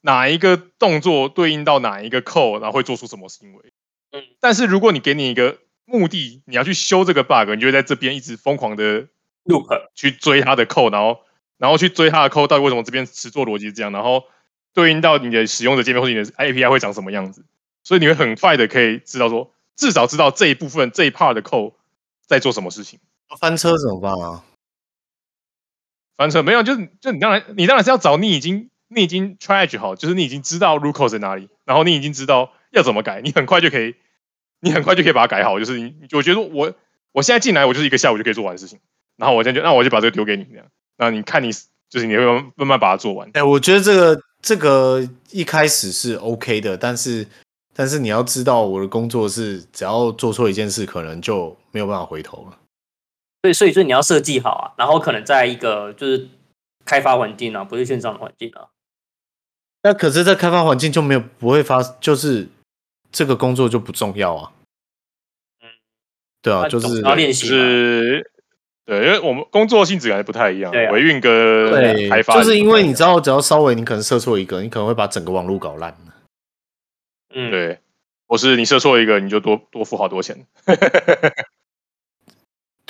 C: 哪一个动作对应到哪一个扣，然后会做出什么行为。
A: 嗯，
C: 但是如果你给你一个目的，你要去修这个 bug，你就会在这边一直疯狂的
A: loop
C: 去追他的扣，然后然后去追他的扣，到底为什么这边实做逻辑是这样，然后对应到你的使用者界面或者你的 API 会长什么样子，所以你会很快的可以知道说，至少知道这一部分这一 part 的扣在做什么事情。
B: 翻车怎么办啊？
C: 翻车没有，就是就你当然你当然是要找你已经你已经 track 好，就是你已经知道 root cause 在哪里，然后你已经知道要怎么改，你很快就可以，你很快就可以把它改好。就是你，我觉得我我现在进来，我就是一个下午就可以做完的事情，然后我现在就那我就把这个丢给你，这样，那你看你就是你会慢慢慢把它做完。
B: 哎、我觉得这个这个一开始是 OK 的，但是但是你要知道，我的工作是只要做错一件事，可能就没有办法回头了。
A: 对，所以说你要设计好啊，然后可能在一个就是开发环境啊，不是线上的环境啊，
B: 那可是，在开发环境就没有不会发，就是这个工作就不重要啊。对啊，
A: 嗯那
B: 就
A: 总
B: 是
A: 要练习
C: 就
A: 嘛
C: 是对，因为我们工作性质还不太一样，
A: 对啊
C: 维运跟开
B: 对，
C: 发
B: 就是因为你知
C: 道，
B: 道，只要稍微你可能设错一个，你可能会把整个网络搞烂。
A: 嗯，，
C: 对，或是你设错一个，你就多多付好多钱。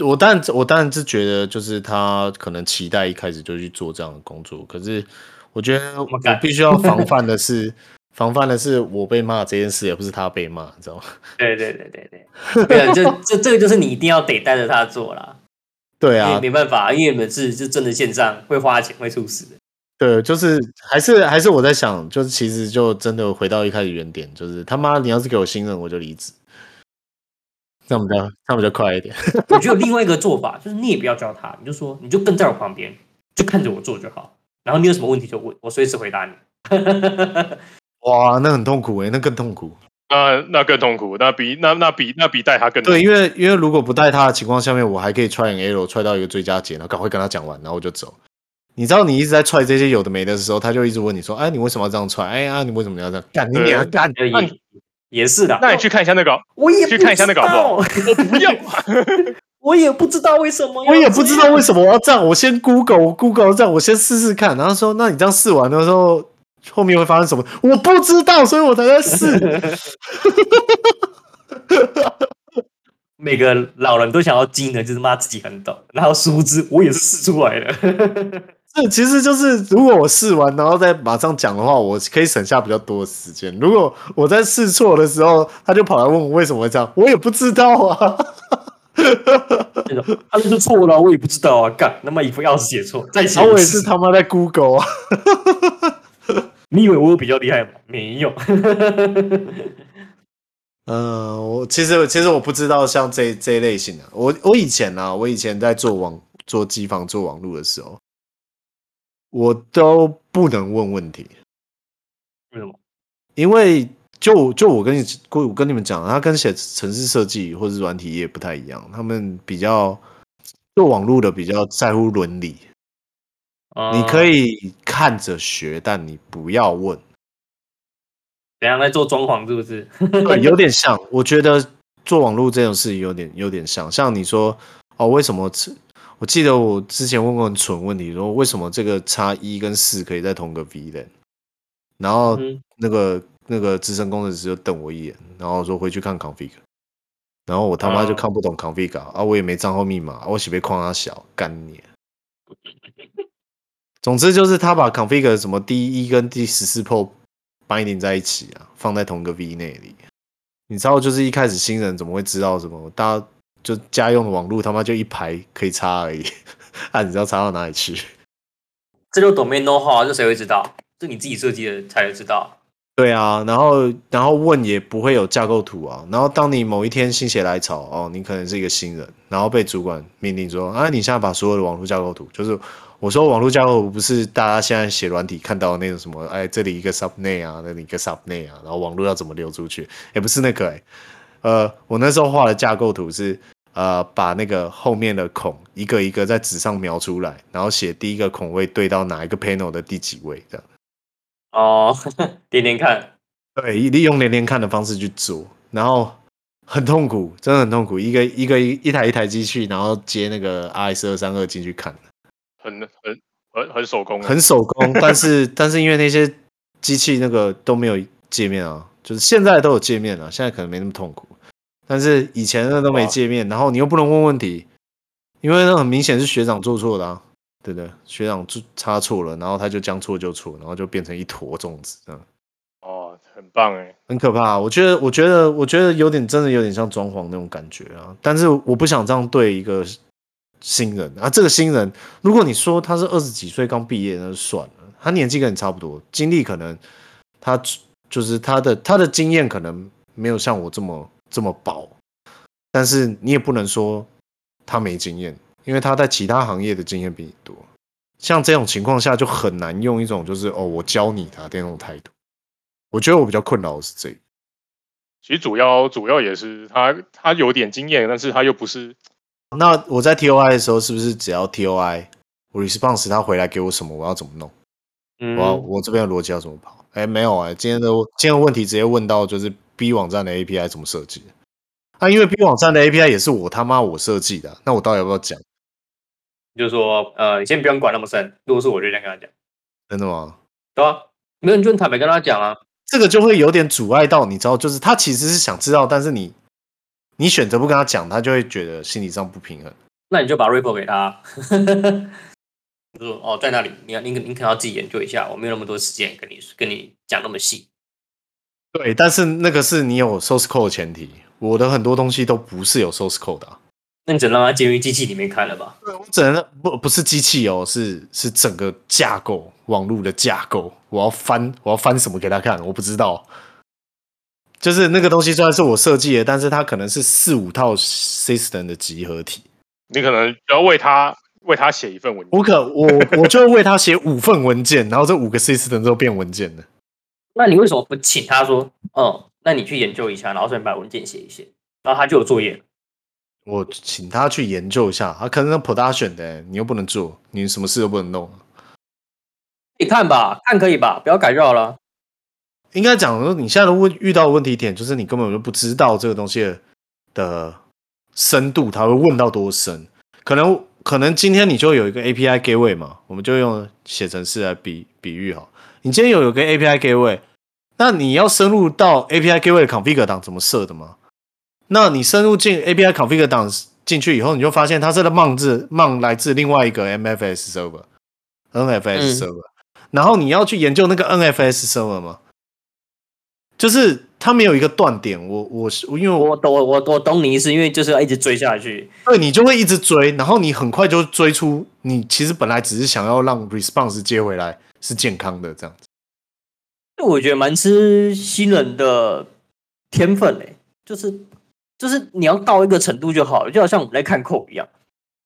B: 我当然，我当然是觉得，就是他可能期待一开始就去做这样的工作，可是我觉得我
A: 么敢
B: 必须要防范的是，防范的是我被骂这件事，也不是他被骂，你知道吗？
A: 对对对对对，对啊，这这这个就是你一定要得带着他做啦，
B: 对
A: 因
B: 啊
A: 为，没办法，因为你们是就真的线上会花钱会出事的，
B: 对，就是还是还是我在想，就是其实就真的回到一开始原点，就是他妈你要是给我新人，我就离职，这样比较这样比较快一点。
A: 我觉得有另外一个做法就是你也不要教他，你就说你就跟在我旁边，就看着我做就好，然后你有什么问题就问我，随时回答你。
B: 哇，那很痛苦诶、欸那更痛苦。
C: 那那更痛苦，那比那那比那比带他更痛苦
B: 对，因为因为如果不带他的情况下面，我还可以 try and error 踹到一个最佳解，然后赶快跟他讲完，然后我就走。你知道你一直在踹这些有的没的时候，他就一直问你说：“哎，你为什么要这样踹？哎呀，你为什么要这样干？你
C: 对
B: 娘干
A: 也
C: 那你
A: 也是的，
C: 那你去看一下那个，
A: 我也
C: 去
A: 不
C: 看一下
A: 知
C: 那个好不
A: 道，
C: 不要，
A: 我也不知道为什么，！”
B: 我也不知道为什么我要这样，我先 Google 我 Google 这样，我先试试看。然后说：“那你这样试完的时候，后面会发生什么？我不知道，所以我才在试。
A: 每个老人都想要惊人，就是骂自己很懂，然后殊不知我也是试出来的。
B: 这其实就是，如果我试完然后再马上讲的话，我可以省下比较多的时间。如果我在试错的时候，他就跑来问我为什么会这样，我也不知道啊。
A: 那种他们就错了，我也不知道啊，干他妈一副钥匙写错，再写
B: 然后
A: 一
B: 我也
A: 次
B: 是，他妈在 Google 啊，
A: 你以为我有比较厉害吗？没有，
B: 嗯，我其实其实我不知道像这这一类型的、我我以前啊，我以前在做网做机房做网路的时候，我都不能问问题，
A: 为什么？
B: 因为就就我跟你我跟你们讲，它跟写城市设计或是软体业不太一样，他们比较做网路的比较在乎伦理，
A: 哦
B: 你可
A: 以
B: 以看着学，但你不要问。
A: 怎样在做装潢是不是？
B: 对，有点像。我觉得做网络这种事情有点有点像，像你说哦，为什么这？我记得我之前问过很蠢问题，说为什么这个叉一跟四可以在同个 V 的，然后
A: 嗯
B: 那个那个资深工程师就瞪我一眼，然后说回去看 config，然后我他妈就
A: 哦
B: 看不懂 config 啊，啊我也没账号密码，啊我写被框他小干你。总之就是他把 config 什么第一跟第十四 pro binding 在一起啊，放在同一个 V 内里。你知道，就是一开始新人怎么会知道什么？大家就家用的网络他妈就一排可以 插而已，啊，你知道插到哪里去？
A: 这就懂没 know how，这谁会知道？是你自己设计的才知道。
B: 对啊，然后然后问也不会有架构图啊。然后当你某一天心血来潮哦，你可能是一个新人，然后被主管命令说啊，你现在把所有的网络架构图，就是我说网络架构图不是大家现在写软体看到的那种什么，哎，这里一个 subnet 啊，那里一个 subnet 啊，然后网络要怎么流出去？也不是那个哎、呃，我那时候画的架构图是呃，把那个后面的孔一个一个在纸上描出来，然后写第一个孔位对到哪一个 panel 的第几位这样。
A: 哦， 点点看，
B: 对，利用连连看的方式去做，然后很痛苦，真的很痛苦。一个一个一台一台机器，然后接那个 RS 二三二进去看，
C: 很很很很手工啊，
B: 很手工。但是但是因为那些机器那个都没有界面啊，就是现在都有界面了、现在可能没那么痛苦。但是以前那都没
C: 哇
B: 界面，然后你又不能问问题，因为那很明显是学长做错的啊，对不对？学长做差错了，然后他就将错就错，然后就变成一坨粽子这样。
C: 哦，很棒哎，
B: 很可怕。啊我觉得，我觉得，我觉得有点真的有点像装潢那种感觉啊。但是我不想这样对一个新人啊。这个新人，如果你说他是二十几岁刚毕业，那就算了。他年纪跟你差不多，经历可能他就是他的他的经验可能没有像我这么这么薄，但是你也不能说他没经验，因为他在其他行业的经验比你多。像这种情况下，就很难用一种就是哦，我教你的那种态度。我觉得我比较困扰的是这个。
C: 其实主要主要也是他他有点经验，但是他又不是
B: 那我在 TOI 的时候，是不是只要 TOI 我 response 他回来给我什么，我要怎么弄？我要
A: 嗯，
B: 我这边的逻辑要怎么跑？哎、没有哎、今天的今天的问题直接问到就是 B 网站的 API 怎么设计？啊，因为 B 网站的 API 也是我他妈我设计的啊、那我到底要不要讲？
A: 就是说，呃，你先不用管那么深。如果是我，就这样跟他讲，
B: 真的吗？
A: 对吧、没有，你就坦白跟他讲啊。
B: 这个就会有点阻碍到，你知道，就是他其实是想知道，但是你你选择不跟他讲，他就会觉得心理上不平衡。
A: 那你就把 repo 给 他，你说哦，在那里，你要你你可能要自己研究一下，我没有那么多时间跟你跟你讲那么细。
B: 对，但是那个是你有 source code 的前提，我的很多东西都不是有 source code 的啊、
A: 那你只能让他进入机器里面看了吧？
B: 对，我只能不不是机器哦，是是整个架构，网络的架构。我要翻，我要翻什么给他看？我不知道。就是那个东西虽然是我设计的，但是它可能是四五套 system 的集合体。
C: 你可能要为他为他写一份文章
B: 我可我我就为他写五份文件，然后这五个 system 都变文件了。
A: 那你为什么不请他说，哦，那你去研究一下，然后顺便把文件写一写，然后他就有作业了。
B: 我请他去研究一下，他、可能那 production 的、你又不能做，你什么事都不能弄。
A: 你看吧，看可以吧，不要改就好了。
B: 应该讲说，你现在的问遇到的问题点，就是你根本就不知道这个东西的的深度，它会问到多深。可能可能今天你就有一个 API gateway 嘛，我们就用写程式来比比喻哈。你今天有有个 API gateway，那你要深入到 API gateway 的 config 档怎么设的吗？那你深入进 API config 档进去以后，你就发现它是的 mon 字 mon 来自另外一个 MFS server、
A: 嗯
B: NFS server，、然后你要去研究那个 NFS server 吗？就是它没有一个断点，我我是因为我
A: 我懂，我我我懂你意思，因为就是要一直追下去。
B: 对你就会一直追，然后你很快就追出你其实本来只是想要让 response 接回来是健康的这样子。
A: 那我觉得蛮吃新人的天分嘞、就是就是你要到一个程度就好了，就好像我们在看扣一样。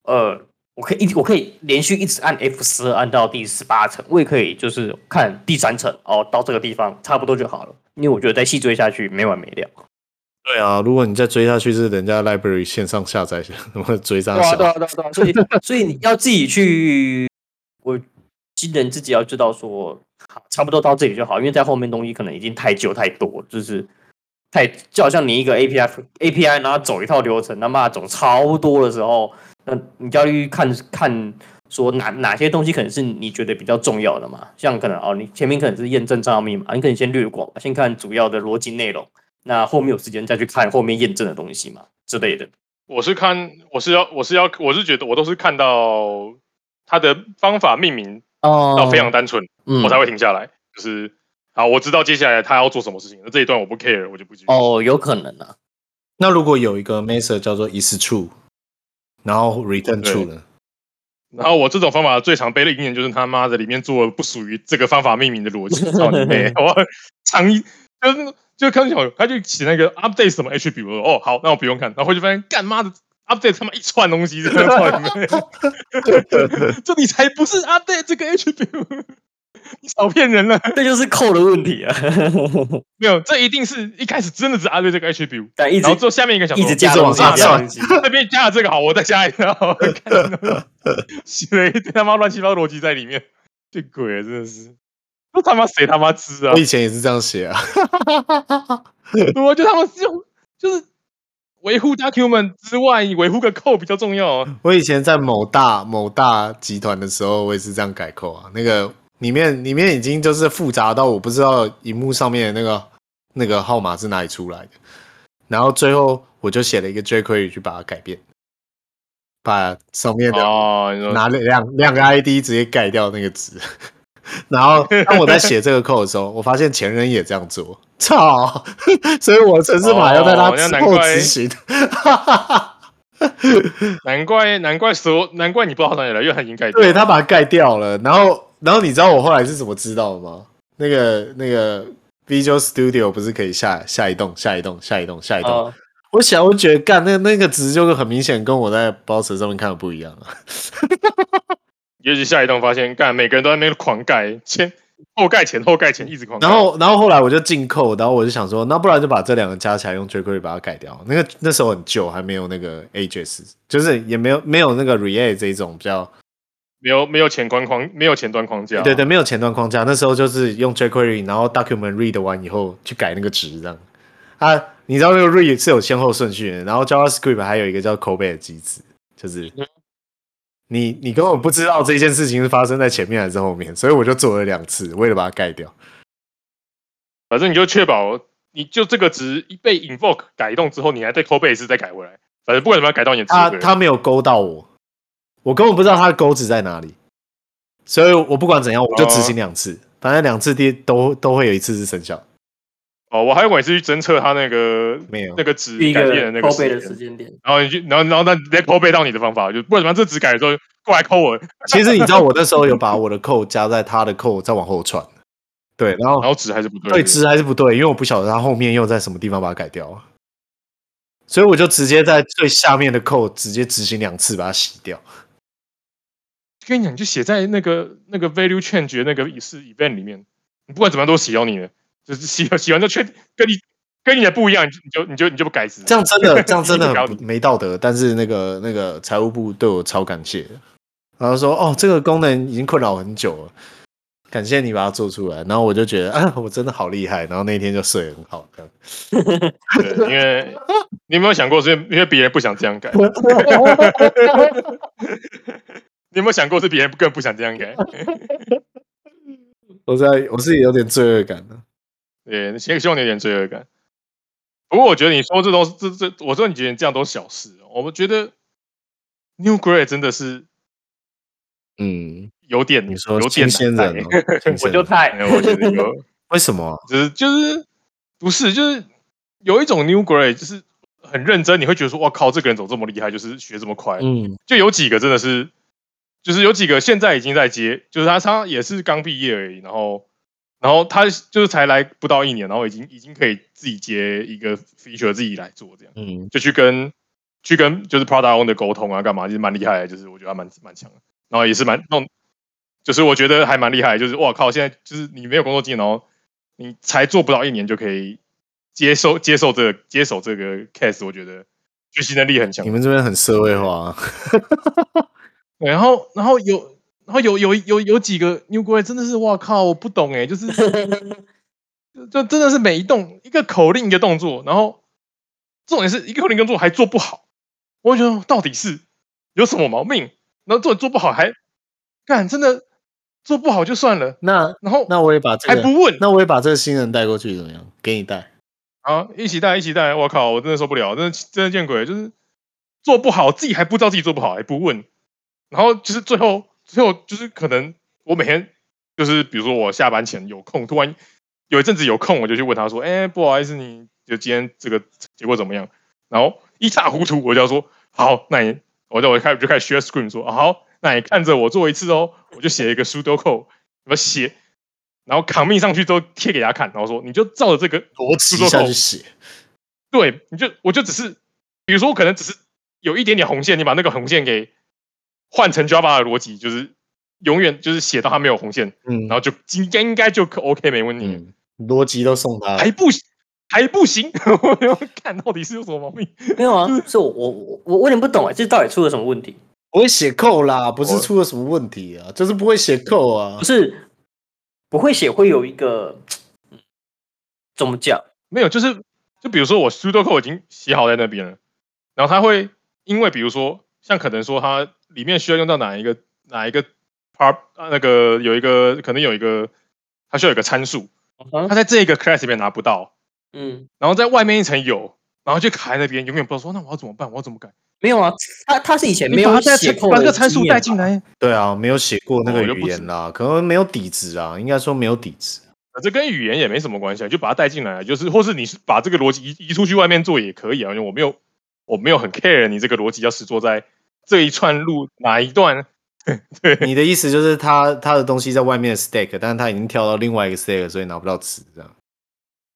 A: 呃，我可以一我可以连续一直按 F 十二按到第十八层，我也可以就是看第三层哦，到这个地方差不多就好了。因为我觉得再细追下去没完没了。
B: 对啊，如果你再追下去，是人家 library 线上下载，然后追上
A: 对啊，
B: 下
A: 对啊，对啊，对啊，所以所以你要自己去，我新人自己要知道说，好差不多到这里就好，因为在后面东西可能已经太旧太多，就是太就好像你一个 API API 然后走一套流程，他妈走超多的时候，那你就要去看看说哪哪些东西可能是你觉得比较重要的嘛，像可能哦，你前面可能是验证账号密码，你可能先略过嘛，先看主要的逻辑内容，那后面有时间再去看后面验证的东西嘛之类的。
C: 我是看，我是要，我是要，我是觉得我都是看到他的方法命名
A: 哦
C: 到非常单纯，
A: 嗯
C: 我才会停下来。就是好，我知道接下来他要做什么事情，那这一段我不 care，我就不继续。
A: 哦，有可能啊。
B: 那如果有一个 method 叫做 is true，然后 return
C: 对
B: true 呢？
C: 然后我这种方法最常被的应验就是他妈的里面做了不属于这个方法命名的逻辑，操你 妹！我长一就是就看见有他就写那个 update 什么 H，比如说哦好，那我不用看，然后回去发现干妈的 update 他妈一串东西，真的操你妹！ 这你才不是 update 这个 H，比如你少骗人了。
A: 这就是扣的问题啊，
C: 没有，这一定是一开始真的是 update 这个 HB，
A: 但一直
C: 然后之后下面一个想
A: 一
C: 说
A: 直加
B: 一直
A: 东
B: 往
A: 西，
B: 上
A: 啊加
B: 上
A: 东西，
C: 这边加了这个好，我再加一个， 然后看你们写了一堆他妈乱七八糟逻辑在里面，这鬼啊真的是，这他妈谁他妈知啊
B: 我？以前也是这样写啊，
C: 我啊觉得他们是用就是维护 document 之外，维护个扣比较重要啊。
B: 我以前在某大某大集团的时候，我也是这样改扣啊。那个里面里面已经就是复杂到我不知道荧幕上面的那个那个号码是哪里出来的，然后最后我就写了一个 jQuery 去把它改变，把上面的
C: 哦，你说
B: 拿了两两个 ID 直接盖掉那个值。 然后当我在写这个扣的时候，我发现前人也这样做，操！ 所以我的程式码要在它
C: 哦那
B: 之
C: 难
B: 后
C: 怪
B: 执行。
C: 难怪难怪所难怪你不知道从哪来，因为他已经改掉了
B: 对他把它盖掉了，然后然后你知道我后来是怎么知道的吗？那个那个 Visual Studio 不是可以下下一栋下一栋下一栋下一栋？
A: 哦，
B: 我想我觉得干那那个值就是很明显跟我在包车上面看的不一样啊。
C: 尤其下一栋发现，干每个人都在那边狂盖，前后盖前后盖前一直狂盖。
B: 然后然后后来我就进扣，然后我就想说，那不然就把这两个加起来用 jQuery 把它改掉。那个那时候很旧，还没有那个 Ajax，就是也没有没有那个 React 这一种比较
C: 没有没有前端框，没有前端框架，啊
B: 对对，没有前端框架，那时候就是用 jQuery，然后 document read 完以后去改那个值这样。啊，你知道那个 read 是有先后顺序的，然后 JavaScript 还有一个叫 callback 的机制，就是你你根本不知道这件事情是发生在前面还是后面，所以我就做了两次，为了把它盖掉。
C: 反正你就确保，你就这个值一被 invoke 改动之后，你还再 call 一次再改回来，反正不管怎么样改动也值
B: 他
C: 对
B: 他没有勾到我，我根本不知道他的钩子在哪里，所以我不管怎样，我就执行两次，反正两次第都都会有一次是生效的，
C: 哦，我还以为是去侦测他那个
B: 没有
C: 那个值
A: 第一
C: 改
A: 个
C: 变的那个
A: 扣背的
C: 时
A: 时
C: 间，
A: 间点，
C: 然后你就然后然后那你再 call 背到你的方法，就不管怎么样这值改的时候过来 call 我，
B: 其实你知道，我那时候有把我的扣加在他的扣，再往后传。对，然后
C: 然后值还是不对，
B: 对值还是不对，因为我不晓得他后面又在什么地方把它改掉啊，所以我就直接在最下面的扣直接执行两次把它洗掉。
C: 跟你讲，你就写在那个那个 value change 的那个是 event 里面，你不管怎么样都洗到你的，就是洗洗完就确跟你跟你的不一样，你就你就你就你就不改值，
B: 这样真 的，这样真的
C: 一定
B: 很
C: 不
B: 不没道德。但是那个那个财务部对我超感谢的，然后说哦，这个功能已经困扰我很久了，感谢你把它做出来。然后我就觉得啊，我真的好厉害。然后那天就睡得很好，这样
C: 对，因为你有没有想过，是因为因为别人不想这 样改？你有没有想过，是别人更不想这样改？
B: 我在我自己有点罪恶感的。
C: 对，希希望你有点罪恶感。不过我觉得你说这都是这这，我说你觉得这样都是小事，哦我们觉得 New Grey 真的是
B: 嗯，
C: 有点
B: 你说
C: 有
B: 新
C: 点
B: 鲜
C: 难
B: 人
C: 带
B: 哦，，新
A: 我
B: 鲜
A: 就
B: 人
A: 太
C: 没有我觉得有。
B: 为什么啊？
C: 只是就是不是就是有一种 new grade，就是很认真，你会觉得说哇靠，这个人怎么这么厉害，就是学这么快。
B: 嗯，
C: 就有几个真的是，就是有几个现在已经在接，就是他他也是刚毕业而已，然后然后他就是才来不到一年，然后已经已经可以自己接一个 feature 自己来做这样。
B: 嗯，
C: 就去跟去跟就是 Prada Own 的沟通啊，干嘛，其实蛮厉害的，就是我觉得还蛮蛮强的，然后也是蛮弄，就是我觉得还蛮厉害的，就是哇靠，现在就是你没有工作经验，然后你才做不到一年就可以接受接受这个接手这个 case，我觉得学习能力很强
B: 你。们这边很社会化啊，
C: 对然后然后有然后有有有有几个 New g r 真的是哇靠，我不懂哎、就是就就真的是每一动一个口令一个动作，然后重点是一个口令动作还做不好，我就觉得到底是有什么毛病？然后做做不好还干，真的做不好就算了，
B: 那
C: 然后
B: 那我也把这
C: 还
B: 个，
C: 不问
B: 那我也把这个新人带过去怎么样？给你 带，
C: 啊！一起带一起带，我靠，我真的受不了，真的真的见鬼，就是做不好自己还不知道自己做不好，还不问，然后就是最后最后就是可能我每天就是比如说我下班前有空，突然有一阵子有空，我就去问他说，哎、不好意思，你就今天这个结果怎么样？然后一塌糊涂，我就要说好，那你我就我就开始就开始 share screen 说、啊、好，那你看着我做一次哦，我就写一个 pseudo code，我写，然后 commit 上去之后贴给他看，然后说你就照着这个
B: 逻辑下去写，
C: 对，你就我就只是，比如说我可能只是有一点点红线，你把那个红线给换成 Java 的逻辑，就是永远就是写到它没有红线，
B: 嗯
C: 然，后就应该应该就可 OK 没问题了，
B: 嗯，逻辑都送他了，
C: 还不行还不行， 我要看到底是有什么毛病。
A: 没有啊，是我我我我有点不懂啊，这到底出了什么问题？
B: 不会写扣啦，不是
C: 我
B: 出了什么问题啊，就是不会写扣啊
A: 不。是不会写会有一个嗯怎么讲？
C: 没有，就是就比如说我 pseudo code 已经写好在那边了，然后它会因为比如说像可能说它里面需要用到哪一个哪一个 part 啊那个有一个可能有一个它需要有一个参数，
A: 嗯
C: 它在这个 class 里面拿不到，
A: 嗯，
C: 然后在外面一层有，然后就卡在那边，永远不知道说那我要怎么办，我要怎么改？
A: 没有啊，他他是以前
C: 你
A: 没
C: 把
A: 有
C: 它
A: 写
C: 再
A: 扣
C: 把
A: 的
C: 这个参数
A: 经验
C: 带进
A: 吧，
C: 来，
B: 对啊，没有写过那
C: 哦我
B: 个
C: 就
B: 语
C: 不
B: 言
C: 知
B: 啦，可能没有底子啊，应该说没有底 子。
C: 呃这跟语言也没什么关系啊，就把它带进来，就是或是你是把这个逻辑移移出去外面做也可以啊，因为我没有我没有很 care 你这个逻辑要实做在这一串路哪一段，
B: 你的意思就是他他的东西在外面的 stack，但是他已经跳到另外一个 stack，所以拿不到值这样。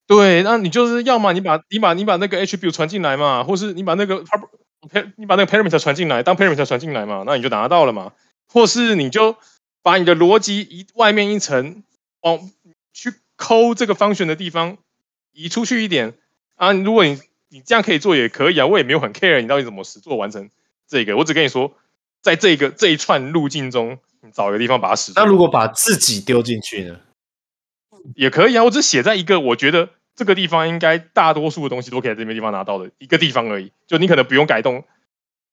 C: 对，那你就是要么你把你把你把那个 attribute 传进来嘛，或是你把那个 par- par- 你把那个 parameter 传进来，当 parameter 传进来嘛，那你就拿到了嘛，或是你就把你的逻辑移外面一层，往去抠这个 function 的地方移出去一点啊。如果你你这样可以做也可以啊，我也没有很 care 你到底怎么实做完成这个，我只跟你说，在这个这一串路径中，你找一个地方把它实做
B: 那。如果把自己丢进去呢？
C: 也可以啊，我只写在一个我觉得这个地方应该大多数的东西都可以在这边地方拿到的一个地方而已。就你可能不用改动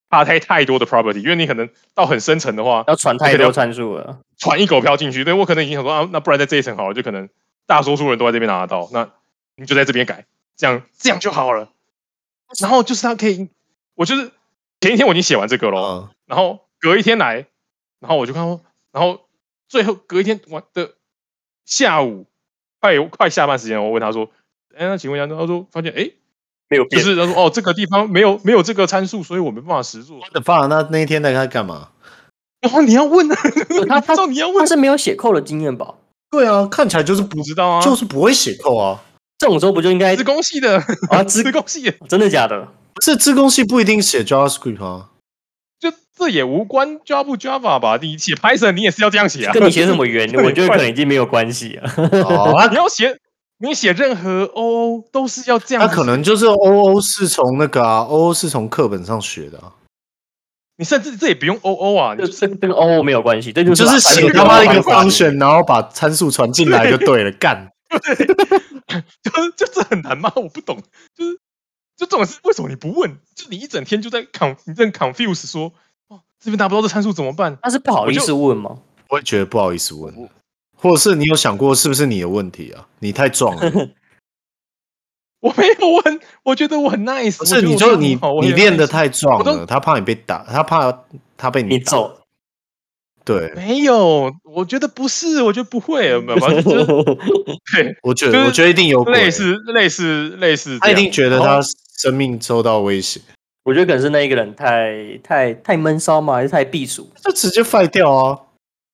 C: 它太太多的 property，因为你可能到很深层的话，
A: 要传太多参数了。
C: 传一狗票进去，对我可能已经想说啊，那不然在这一层好了，就可能大多数人都在这边拿得到，那你就在这边改，这样这样就好了。然后就是它可以，我就是前一天我已经写完这个了，
B: 嗯，
C: 然后隔一天来，然后我就看到，然后最后隔一天晚的下午，快快下班时间，我问他说：“哎，那请问一下，他说发现哎，
A: 没有
C: 就
A: 变，
C: 是他说哦，这个地方没有没有这个参数，所以我没办法实做。
B: 我的爸，那那一天在他干嘛？
C: 然后你要问啊，
A: 他
C: 知道你要
A: 他
C: 问，
A: 是没有写扣的经验吧？
B: 对啊，看起来就是不
C: 不知道啊，
B: 就是不会写扣啊。
A: 这种时候不就应该
C: 自工系的
A: 啊自
C: 自工系的，
A: 真的假的？
B: 不是自贡系不一定写 JavaScript 啊，
C: 就这也无关 Java Java 吧？你写 Python 你也是要这样写啊，
A: 跟你写什么缘，
C: 对
A: 我觉得可能已经没有关系了。
B: 哦，他
C: 你要写你写任何 OO 都是要 这样
B: 他
C: 写，
B: 可能就是 OO 是从那个啊，OO 是从课本上学的、啊，
C: 你甚至这也不用 OO 啊，你
A: 这
C: 就是
A: 这跟 O 没有关系，这就
B: 就是
A: 把参数
B: 写
C: 这个
B: 他妈一
A: 换
B: 个
A: 过来
B: function，然后把参数传进来就 对了，干。
C: 就是就是很难吗？我不懂，就是就这种事，为什么你不问？就你一整天就在 con 你在 confuse 说，哦，这边拿不到这参数怎么办？
A: 他是不好意思问吗？
B: 我也觉得不好意思问，或者是你有想过是不是你的问题啊？你太壮了，
C: 我没有问，我觉得我很 nice，
B: 不
C: 我
B: 是
C: 觉得
B: 你
C: 我
B: 就
C: 做得很
B: 你
C: 好我
B: 你
C: 很
B: 练的
C: nice
B: 太壮
C: 我
B: 了，
C: 都
B: 他怕你被打，他怕他被
A: 你
B: 你打，
A: 走，
B: 对，
C: 没有，我觉得不是，我觉得不会，没有，反正 就是 对，
B: 我觉
C: 就
B: 得
C: 是
B: 我觉得一定有鬼
C: 类，似类似类似这
B: 他
C: 样，
B: 一定觉得
C: 然后
B: 他生命受到威胁，
A: 我觉得可能是那一个人太太太闷骚嘛，还是太避暑，
B: 就直接废掉啊。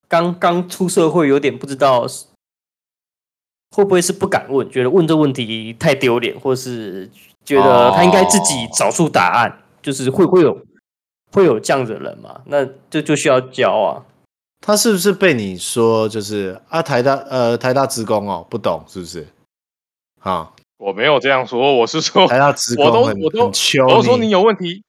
A: 刚刚出社会，有点不知道是会不会是不敢问，觉得问这问题太丢脸，或是觉得他应该自己找出答案，就是会会有会有这样子的人嘛？那这就需要教啊。
B: 他是不是被你说就是啊台大呃台大职工哦不懂是不是？啊
C: 我没有这样说，我是说
B: 台大职
C: 哦我都
B: 工很
C: 我都
B: 很秋，
C: 我说你有问题，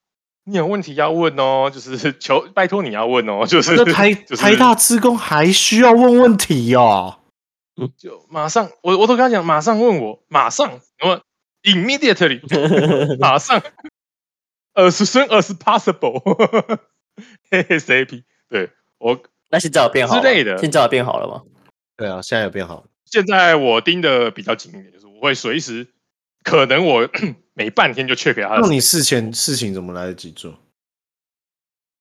C: 你有问题要问哦，就是 求拜托你要问哦，就是
B: 这 台
C: 就是
B: 台大职工还需要问问题哦？
C: 就马上，我我都跟他讲，马上问我，马上，我 immediately，马上，as soon as possible，ASAP，对我
A: 那现在有变好了吗
C: 之类的
A: 现在有变好了吗？
B: 对啊，现在有变好了。
C: 现在我盯的比较紧一点，就是我会随时，可能我 每半天就 check 他
B: 那
C: 的，
B: 你事前事情怎么来得及做？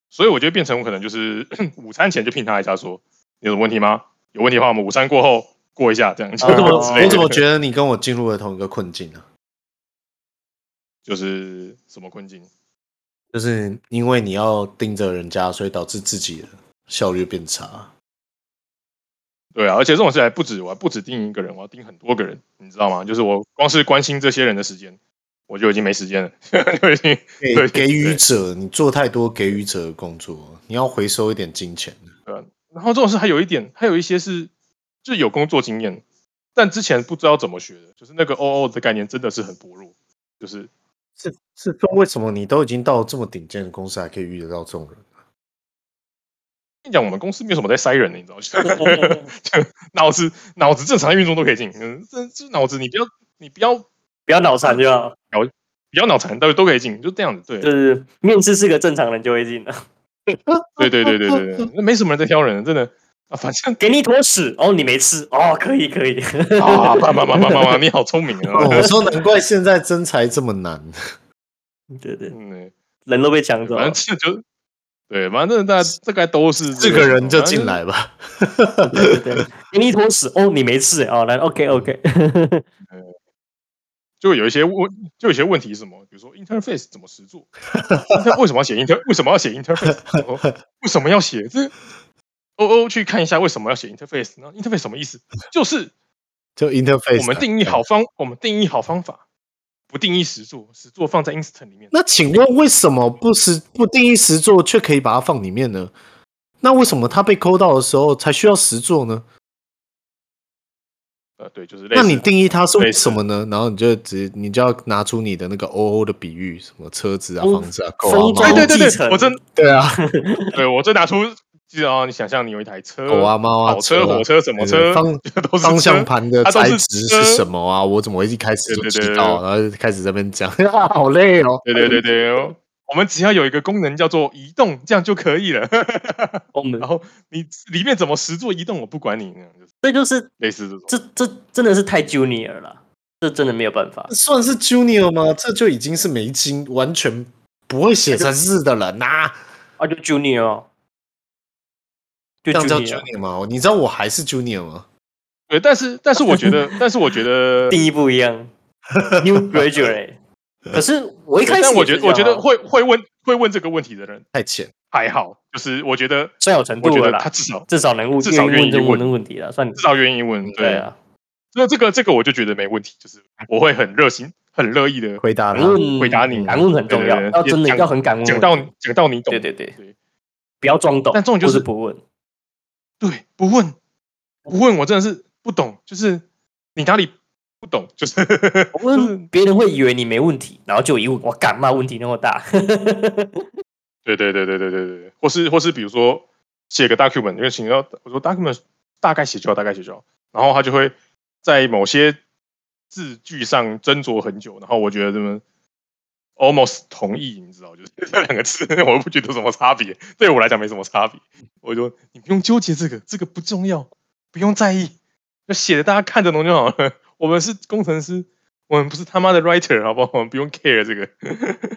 C: 所以我就变成我可能就是 午餐前就聘他一下说，你有什么问题吗？有问题的话，我们午餐过后过一下，这样子
A: 我
B: 啊我怎么
A: 之
B: 我
A: 类的
B: 怎么觉得你跟我进入了同一个困境啊呢、
C: 就是什么困境？
B: 就是因为你要盯着人家，所以导致自己的效率变差。
C: 对啊，而且这种事还不止，我还不止盯一个人，我要盯很多个人，你知道吗？就是我光是关心这些人的时间，我就已经没时间了， 就已经
B: 给
C: 对
B: 给予
C: 对
B: 者，你做太多给予者的工作，你要回收一点金钱。
C: 然后这种事还有一点，还有一些是就是有工作经验，但之前不知道怎么学的，就是那个 O O 的概念真的是很薄弱，就是
B: 是是说，为什么你都已经到这么顶尖的公司，还可以遇得到这种人？
C: 跟你讲，我们公司没有什么在塞人的，你知道吗？
A: 哦
C: 就脑子脑子正常运作都可以进，嗯，这这脑子你不要你不要不
A: 不要脑残就好，
C: 要脑残，都都可以进，就这样子。对
A: 就是面试是个正常人就会进的。
C: 对对对对对对，那没什么人在挑人，真的啊，反正
A: 给你一坨屎，哦，你没吃，哦，可以可以，
C: 啊，爸爸爸爸爸爸，你好聪明
B: 哦
C: 啊！
B: 我说难怪现在真才这么 难。
A: 对对，
C: 嗯，
A: 人都被抢走了，
C: 反正这就对，反正大家大概都是
B: 这个人就进
C: 来。
B: 来吧。
A: 对对对，给你一坨屎，哦，你没吃，哦，来，OK OK，
C: 嗯 就有一些问，就有一些问题是什么，比如说 interface 怎么实做，那为什么要写 inter，为什么要写 interface，然后 为什么要写这？O O 去看一下为什么要写 interface，然后 interface 什么意思？就是
B: 就 interface，
C: 我们定义好。方，我们定义好方法，不定义实做，实做放在 instant 里面。
B: 那请问为什么不实不定义实做，却可以把它放里面呢？那为什么他被抠到的时候才需要实做呢？
C: 呃，对，就是类
B: 那
C: 似
B: 你定义它是为
C: 类似
B: 什么呢？然后你就直你就要拿出你的那个 O O 的比喻，什么车子啊、
A: 嗯
B: 房子啊、狗啊、
A: 风
B: 猫
C: 哎对
A: 筝
B: 啊
C: 对对
A: 继承
C: 对，我真
B: 对啊、
C: 对我真拿出，就是哦，你想象你有一台车，
B: 狗啊、猫啊、
C: 跑车、
B: 啊
C: 火车、什么
B: 对
C: 车，
B: 方
C: 这 都是
B: 方
C: 车
B: 向盘的
C: 它都
B: 材
C: 是
B: 质
C: 车
B: 是什么啊？我怎么会一开始就
C: 对对对
B: 知道？
C: 对
B: 然后就开始在那边讲， 好累哦。
C: 对对对对，我们只要有一个功能叫做移动，这样就可以了。
A: 哦我们
C: 然后你里面怎么实做移动，我不管你，那样就是
A: 这就是
C: 类似这种。
A: 这这真的是太 junior 了，这真的没有办法。
B: 算是 junior 吗？这就已经是没经完全不会写程式的人呐、
A: 啊，就 junior，哦就
B: 这样叫
A: junior，
B: junior 吗？你知道我还是 junior 吗？
C: 对，但是但是我觉 得，但是我觉得，
A: 第一不一样，new graduate。可是我一开
C: 对
A: 始
C: 但我
A: 也是
C: 觉得我
A: 这
C: 觉
A: 样
C: 得
A: 啊
C: 会会问会问这个问题的人
B: 太浅，
C: 还好，就是我觉得
A: 算有程
C: 我
A: 度
C: 觉
A: 了
C: 得
A: 啦，
C: 他至少
A: 至少能问
C: 至少
A: 愿
C: 愿
A: 意
C: 意
A: 问
C: 问
A: 这个问题了，算
C: 至少愿意问，
A: 对
C: 对。
A: 啊。
C: 所以这个这个我就觉得没问题，就是我会很热心、很乐意的
B: 回答
A: 敢
B: 他。
A: 问
C: 回答你
A: 敢问嗯很重要，
C: 对对对
A: 要真的
C: 讲
A: 要很敢问问题，
C: 讲到你讲到你懂
A: 嗯对。对对
C: 对，
A: 不要装懂，
C: 但重点就
A: 或是
C: 是
A: 不问。
C: 对，不问不问，我真的是不懂，就是你哪里不懂，就是
A: 我
C: 就是
A: 问别人会以为你没问题，然后就一问，我干嘛问题那么大？
C: 对对对对对对对，或是或是比如说写个 document，因为请到我说 document 大概写就好，大概写就好，然后他就会在某些字句上斟酌很久，然后我觉得这么 almost 同意，你知道，就是 这两个字，我不觉得有什么差别，对我来讲没什么差别。我就你不用纠结这个，这个不重要，不用在意，就写的大家看得懂就好了。 我们是工程师，我们不是他妈的 writer，好不好？我们不用 care 这个。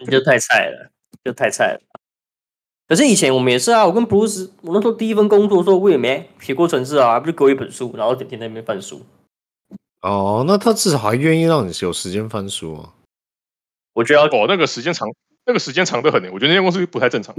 A: 你就太菜了，就太菜了。可是以前我们也是啊，我跟 Bruce，我那时候第一份工作的时候，我也没写过程式啊，不是给我一本书，然后整天在那边翻书。
B: 哦，那他至少还愿意让你有时间翻书啊。
A: 我觉得要
C: 哦，那个时间长，那个时间长的很欸，我觉得那间公司不太正 常。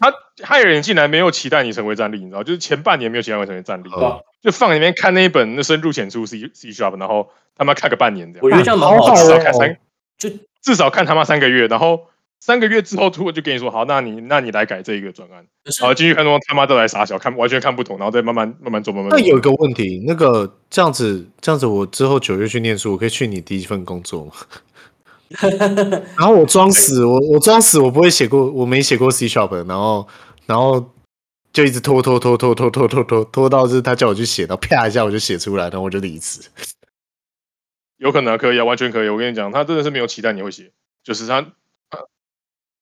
C: 他害人进来没有期待你成为战力，你知道，就是前半年没有期待我成为战力，
B: 嗯
C: 就放你那边看那一本那深入浅出 C C sharp，然后他妈看个半年这
A: 我觉
C: 样，
A: 得这样蛮
B: 好好
A: 好
C: 至
A: 的
C: 少
B: 哦
C: 看三，
A: 就
C: 至少看他妈三个月，然后三个月之后突然就跟你说，好，那你那你来改这一个专案，
A: 可是
C: 然后进去看说他妈都来傻小，看完全看不懂，然后再慢慢慢慢做，慢慢
B: 那
C: 做
B: 有一个问题，那个这样子，这样子，我之后九月去念书，我可以去你第一份工作吗？ 然后我装死，我我装死，我不会写过，我没写过 C sharp，然后然后就一直拖拖拖拖拖拖拖拖拖到就是他叫我去写，然后啪一下我就写出来，然后我就离职。
C: 有可能啊可以啊，完全可以。我跟你讲，他真的是没有期待你会写，就是他，他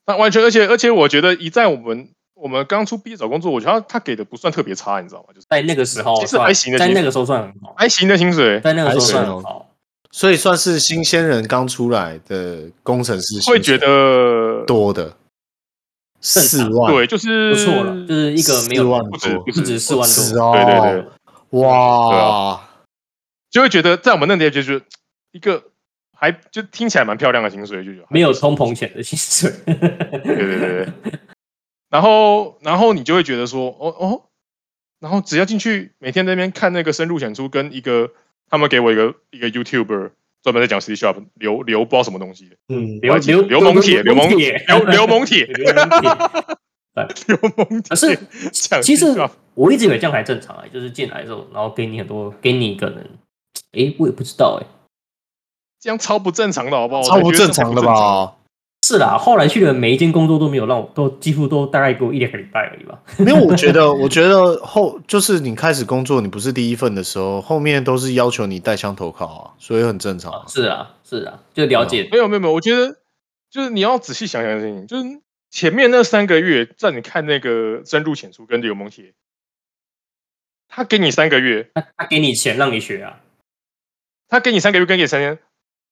C: 他完全，而且而且，我觉得一在我们我们刚出毕业找工作，我觉得他他给的不算特别差，你知道吗？就是
A: 在那个时候
C: 其实
A: 算
C: 还行的
A: 在
C: 其实
A: 那个时候算很好，
C: 还行的薪水，
A: 在那个时候算
B: 还行哦
A: 很好。
B: 所以算是新鲜人刚出来的工程师，
C: 会觉得
B: 多的
A: 正
B: 四
A: 常
B: 万，
C: 对，就是
A: 啊不错了，就是一个没
B: 四
A: 有
B: 万
C: 不止
B: 多
C: 不，
A: 不止
C: 止，
A: 四万
B: 是
A: 多，
B: 哦，
C: 对对对，对啊
B: 哇，
C: 就会觉得在我们那年就是一个还就听起来蛮漂亮的薪水，就觉得
A: 没有通膨前的薪水。
C: 对对对对，然后然后你就会觉得说，哦哦，然后只要进去，每天在那边看那个深入浅出，跟一个他们给我一个一个 YouTuber 专门在讲 C Shop 流流不知道什么东西的，啊
A: 嗯，
C: 我
A: 流
C: 还记得
A: 流
C: 流氓铁
A: 流
C: 流氓
A: 铁
C: 流流氓铁
A: 流氓铁。
C: 流氓
A: 可
C: 铁
A: 是
C: 讲 C
A: 其实
C: Shop，
A: 我一直以为这样才正常啊，就是进来之后，然后给你很多，给你可能，诶，我也不知道诶。欸
C: 这样超不正常的好不好？
B: 超
C: 我
B: 不
C: 觉得
B: 正常
C: 这
B: 的
C: 样才不正常？
B: 吧？
A: 是啦，后来去的每一间工作都没有让我，都几乎都大概给我一两个礼拜而已吧。
B: 没有，我觉得，我觉得后就是你开始工作，你不是第一份的时候，后面都是要求你带枪投靠啊，所以很正常啊。
A: 是啊，是啊，就了解
C: 没有没有没有，我觉得就是你要仔细想想的事情，就是前面那三个月让你看那个深入浅出跟流氓铁，他给你三个月，
A: 他给你钱让你学啊，
C: 他给你三个月跟给你三天，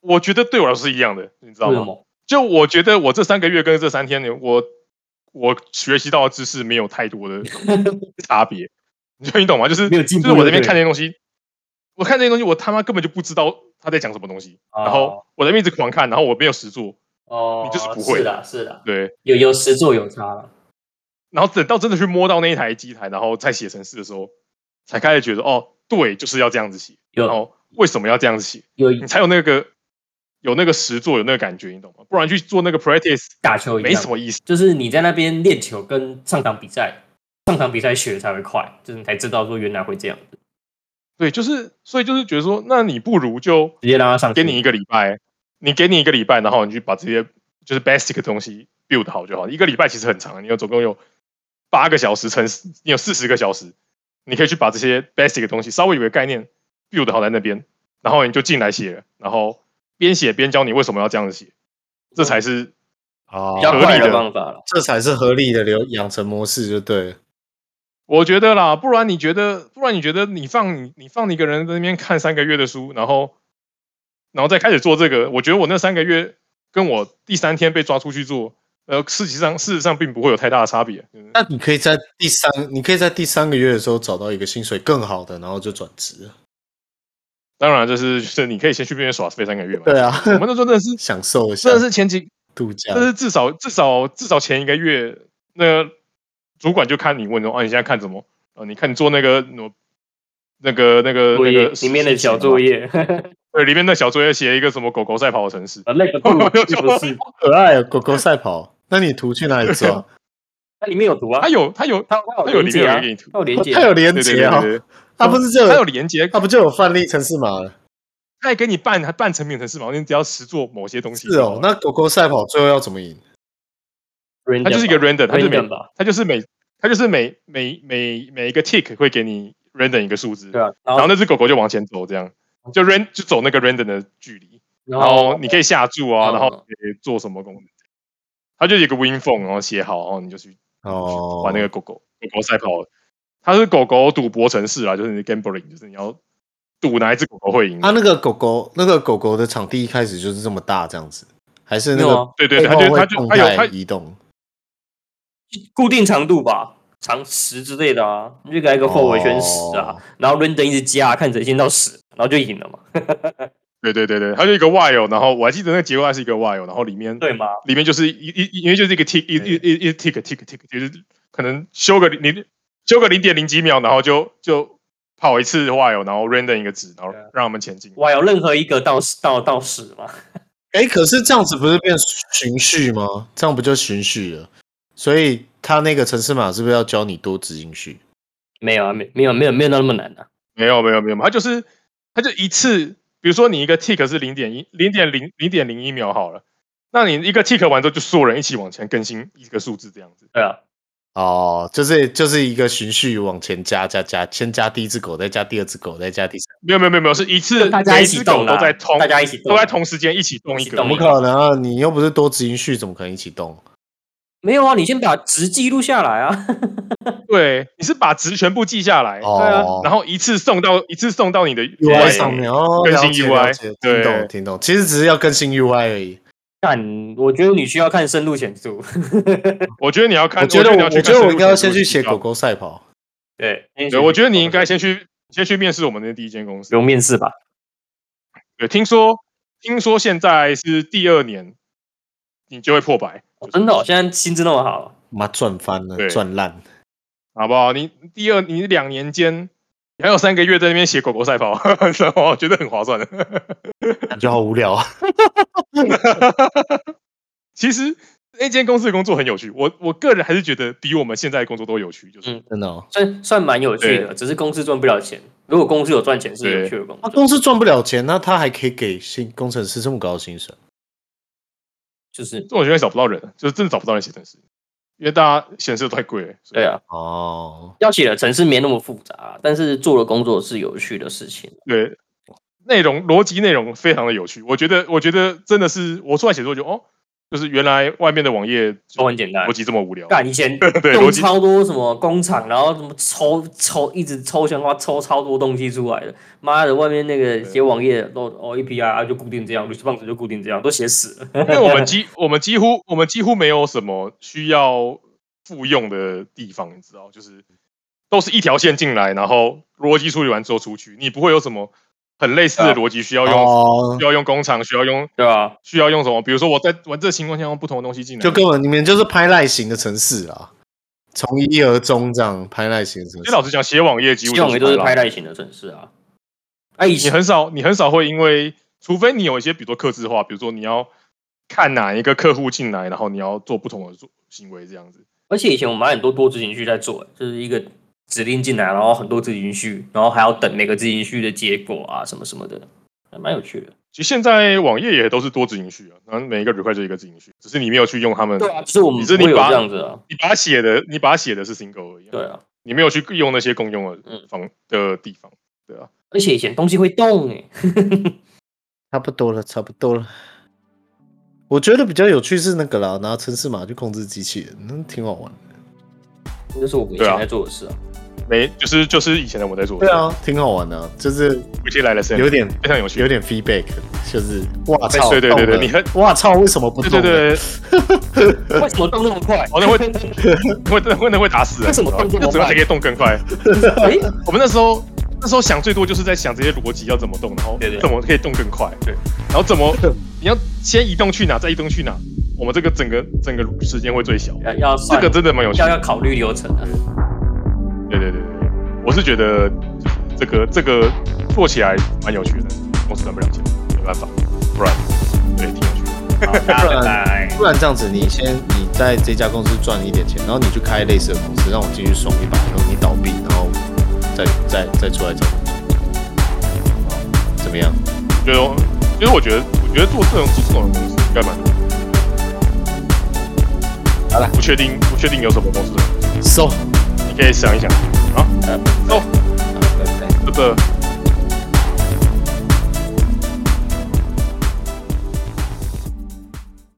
C: 我觉得对我来说是一样的，你知道
A: 为什
C: 吗？
A: 么？
C: 就我觉得我这三个月跟这三天呢，我我学习到的知识没有太多的差别， 你你懂吗？就是
A: 没有进步
C: 就是我
A: 就
C: 这边
A: 对
C: 看这些东西，我看这些东西，我他妈根本就不知道他在讲什么东西，然
A: 哦
C: 后我在那边一直狂看，然后我没有实做，
A: 哦，
C: 你就是不会
A: 是啦，是啦，
C: 对，
A: 有有实做有差啦。
C: 然后等到真的去摸到那一台机台，然后再写程式的时候，才开始觉得哦，对，就是要这样子写，然
A: 有
C: 后为什么要这样子写？
A: 有
C: 你才有那个有那个实作，有那个感觉，你懂吗？不然去做那个 practice
A: 打球一
C: 没
A: 样
C: 什，么意思。
A: 就是你在那边练球跟上场比赛，上场比赛学才会快，就是你才知道说原来会这样，
C: 对，就是所以就是觉得说，那你不如就
A: 直接让他上去
C: 给你一个礼拜，你给你一个礼拜，然后你去把这些就是 basic 的东西 build 好就好。一个礼拜其实很长，你有总共有八个小时乘10，你有四十个小时，你可以去把这些 basic 的东西稍微有个概念 build 好在那边，然后你就进来写了，然后边写边教你为什么要这样子写，这才是
B: 哦
A: 比较
C: 合
A: 快
C: 理
A: 的
C: 的
A: 办法了。
B: 这才是合理的流养成模式，就对了。
C: 我觉得啦，不然你觉得，不然你觉得你放你你放你一个人在那边看三个月的书，然后然后再开始做这个，我觉得我那三个月跟我第三天被抓出去做，呃，事实上事实上并不会有太大的差别。嗯
B: 那你可以在第三，你可以在第三个月的时候找到一个薪水更好的，然后就转职。
C: 当然就是就是你可以先去那边耍飞三个月嘛。
B: 对啊，
C: 我们那时候真 的是
B: 享受一下
A: 啊
C: 真的是前几，
B: 度假
C: 但。是至少至少至少前一个月，那个主管就看你问说，哦、你现在看什么？呃，你看你做那个那个那个
A: 作
C: 那
A: 业
C: 个
A: 里面的小作
C: 业。
A: 业，啊
C: 对，里面那小作业写一个什么狗狗赛跑的城市，
A: 那 个图就是
B: 可爱哦，狗狗赛跑。 那你图去哪里抓？
A: 它里面有图啊
C: 它，有它有
A: 它它
C: 它
A: 有
C: 有
A: 连
C: 里
A: 接
C: 面
A: 啊
C: 有一个，图，
A: 它有连接
B: 它，有连
C: 对对
B: 接
C: 对
B: 啊，
C: 对，对
B: 它不是就
C: 它有
B: 有，
C: 连接，
B: 它不就有范例城市码了？
C: 它还给你办办成品城市嘛，你只要实做某些东西。
B: 是哦，那狗狗赛跑最后要怎么赢？
C: 它就是一个 random，它就
A: random
C: 每
A: 吧，
C: 它就是每它就是每每每每一个 tick 会给你 random 一个数字，
A: 对啊，然
C: 然后
A: 后
C: 那只狗狗就往前走，这样
B: 哦
C: 就 ran 就走那个 random 的距离，
A: 然
C: 然后你可以下注啊，
B: 哦
A: 嗯
C: 然后可以做什么功能？它就有一个 win phone，然后写好，然后你就去
B: 哦，
C: 玩那个狗狗狗狗赛跑，它是狗狗赌博城市啊，就是你 gambling，就是你要赌哪一只狗狗会赢。
B: 啊，那个狗狗，那个狗狗的场地一开始就是这么大，这样子，还是那
A: 没有啊
B: 个
C: 对对
B: 背
C: 对，它
B: 后
C: 就
B: 会
C: 它就
B: 动
C: 它有它
B: 态移动？
A: 固定长度吧，长十之类的啊，你就给它一个后围圈十啊
B: 哦，
A: 然后 random 一直加，看谁先到十，然后就赢了嘛，
C: 对对对对，它就一个 while，然后我还记得那个结构它是一个 while，然后里面
A: 对吗？
C: 里面就是一一因为就是一个 tick 一一一一 tick tick tick，就是可能修个零修个零点零几秒，然后就就跑一次 while，然后 random 一个值，然后
A: 对啊
C: 让我们前进。
A: 哇，有任何一个到到到十嘛？
B: 哎，可是这样子不是变循序吗？这样不就循序了？所以它那个城市码是不是要教你多执行序？
A: 没有啊，没没有没有没有到那么难的、啊，
C: 没有没有没有，它就是它就一次，比如说你一个 tick 是零点一零点零零点零一秒好了，那你一个 tick 完之后，就所有人一起往前更新一个数字这样子。
A: 对啊，
B: 哦，就是就是一个循序往前加加加，先加第一只狗，再加第二只狗，再加第三。
C: 没有没有
B: 嗯
C: 没有没有，是一次
A: 大家
C: 每
A: 一
C: 一
A: 起
C: 只
B: 啊
C: 狗
A: 动啦
C: 都在同
A: 大家一起动
C: 都在同时间一起动一
A: 一起
C: 个，
A: 动
B: 怎么可能啊？你又不是多执行序，怎么可能一起动？
A: 没有啊，你先把值记录下来 啊，
C: 对，你是把值全部记下来，
B: 哦
C: 然后一次送到一次送到你的
B: UI
C: UI
B: 上面哦，
C: 更
B: 了
C: 新
B: 解
C: UI
B: 了解听
C: 对
B: 懂听懂，其实只是要更新 UI 而已。
A: 但我觉得你需要看深入浅出。
C: 我觉得你要看，
B: 我觉得
C: 你
B: 我
C: 要去
B: 我
C: 看
B: 觉得
C: 深
B: 我
C: 入
B: 应该要
C: 浅
B: 先
C: 出
B: 去
C: 的
B: 写
C: 介绍
B: 狗。狗赛跑。
A: 对，
C: 对，我觉得你应该先去先去面试我们的第一间公司
A: 不。用面试吧？
C: 对，听说听说现在是第二年，你就会破百，
A: 哦真的、哦，现在薪资那么好，
B: 妈赚翻了，
C: 对
B: 赚烂。
C: 好不好？你第二，你两年间，你还有三个月在那边写狗狗赛跑， 然后我觉得很划算 的。
B: 感觉好无聊 啊！
C: 其实那间公司的工作很有趣，我我个人还是觉得比我们现在的工作都有趣，就是、
A: 嗯
B: 真的哦，
A: 算算蛮有趣的，只是公司赚不了钱。如果公司有赚钱，是有趣的工
B: 他
A: 作，
B: 啊公司赚不了钱，那他还可以给新工程师这么高的薪水？
A: 就是
C: 这种学院找不到人，就是真的找不到人写程式，因为大家显示太贵了。所以
A: 对啊，
B: 哦，
A: 要写的程式没那么复杂，但是做的工作是有趣的事情。
C: 对，内容逻辑内容非常的有趣，我觉得我觉得真的是我出来写作就哦，就是原来外面的网页就
A: 都很简单
C: 逻辑这么无聊。
A: 哦干 以前
C: 对
A: 用
C: 逻辑
A: 超多什么工厂，然后什么抽抽一直抽象化，抽超多东西出来的。妈的，外面那个写网页都哦一 P R 就固定这样，律师棒子就固定这样，都写死了。
C: 因为我们几我们几乎我们几乎没有什么需要复用的地方，你知道，就是都是一条线进来，然后逻辑处理完之后出去，你不会有什么很类似的逻辑需要用、
B: 哦
C: 需，要用工厂，需要用
A: 对啊，
C: 需要用什么？比如说我在玩这个情况下用不同的东西进来，
B: 就跟我你们就是拍赖型的城市啊，从一而终这样拍赖型的城
C: 其实
B: 市。
C: 老实讲，写网页几乎
A: 这种也都是
C: 拍
A: 拍
C: 烂
A: 赖型的城市啊。哎，以
C: 你
A: 前
C: 很少你很少会因为，除非你有一些比如说克制化，比如说你要看哪一个客户进来，然后你要做不同的做行为这样子。
A: 而且以前我们还很多多执行序在做，欸就是一个指令进来，然后很多执行序，然后还要等每个执行序的结果啊，什么什么的，还蛮有趣的。
C: 其实现在网页也都是多指引序啊，然后每一个 require 就一个指引序，只是你没有去用它们。
A: 对啊，就是我们
C: 你
A: 不
C: 是
A: 会
C: 你
A: 有
C: 把
A: 这样子啊。
C: 你把它写的，你把它写的是 single 而已、
A: 对，啊，
C: 你没有去用那些共用的
A: 嗯
C: 方、的地方。对啊，
A: 而且以前东西会动哎、
B: 差不多了，差不多了。我觉得比较有趣是那个啦，拿城市码去控制机器人，那挺好玩的。
A: 那是我们以
C: 对啊
A: 前在做的事啊。
C: 没就是就是以前的我在做。
B: 对，啊，挺好玩的啊、就是
C: 回接来了是
B: 有点
C: 非常有趣。
B: 有点 feedback，就是哇
C: 对
B: 操，
C: 对对对
B: 动了
C: 你很
B: 哇操，为什么不
C: 对
B: 动？
C: 对对，
A: 为什么动那么快？
C: 哦，那会会会那会打死人，啊
A: 为什么动这么
C: 就 怎么还可以动更快？
A: 哎、
C: 我们那时候那时候想最多就是在想这些逻辑要怎么动，然后
A: 对对
C: 怎么可以动更快，对，然后怎么你要先移动去哪，再移动去哪，我们这个整个整个时间会最小。
A: 要要
C: 这
A: 算
C: 个真的蛮有趣
A: 要
C: 的，
A: 要考虑流程啊。
C: 对对对对，对我是觉得就是这个这个做起来蛮有趣的，公司赚不了钱，没办法，不然对挺有趣的。
A: 好，大家拜拜。
B: 不然这样子，你先你在这家公司赚一点钱，然后你去开类似的公司，让我继续爽一把，然后你倒闭，然后再再再出来找工作，怎么样？
C: 就是我就是我觉得我觉得做这种做这种公司应该蛮多的。
B: 好了
C: 不确定不确定有什么公司，
B: 收、
C: 你可以想一想啊，
B: 呃，
C: 走，
B: 拜拜。
C: 这个。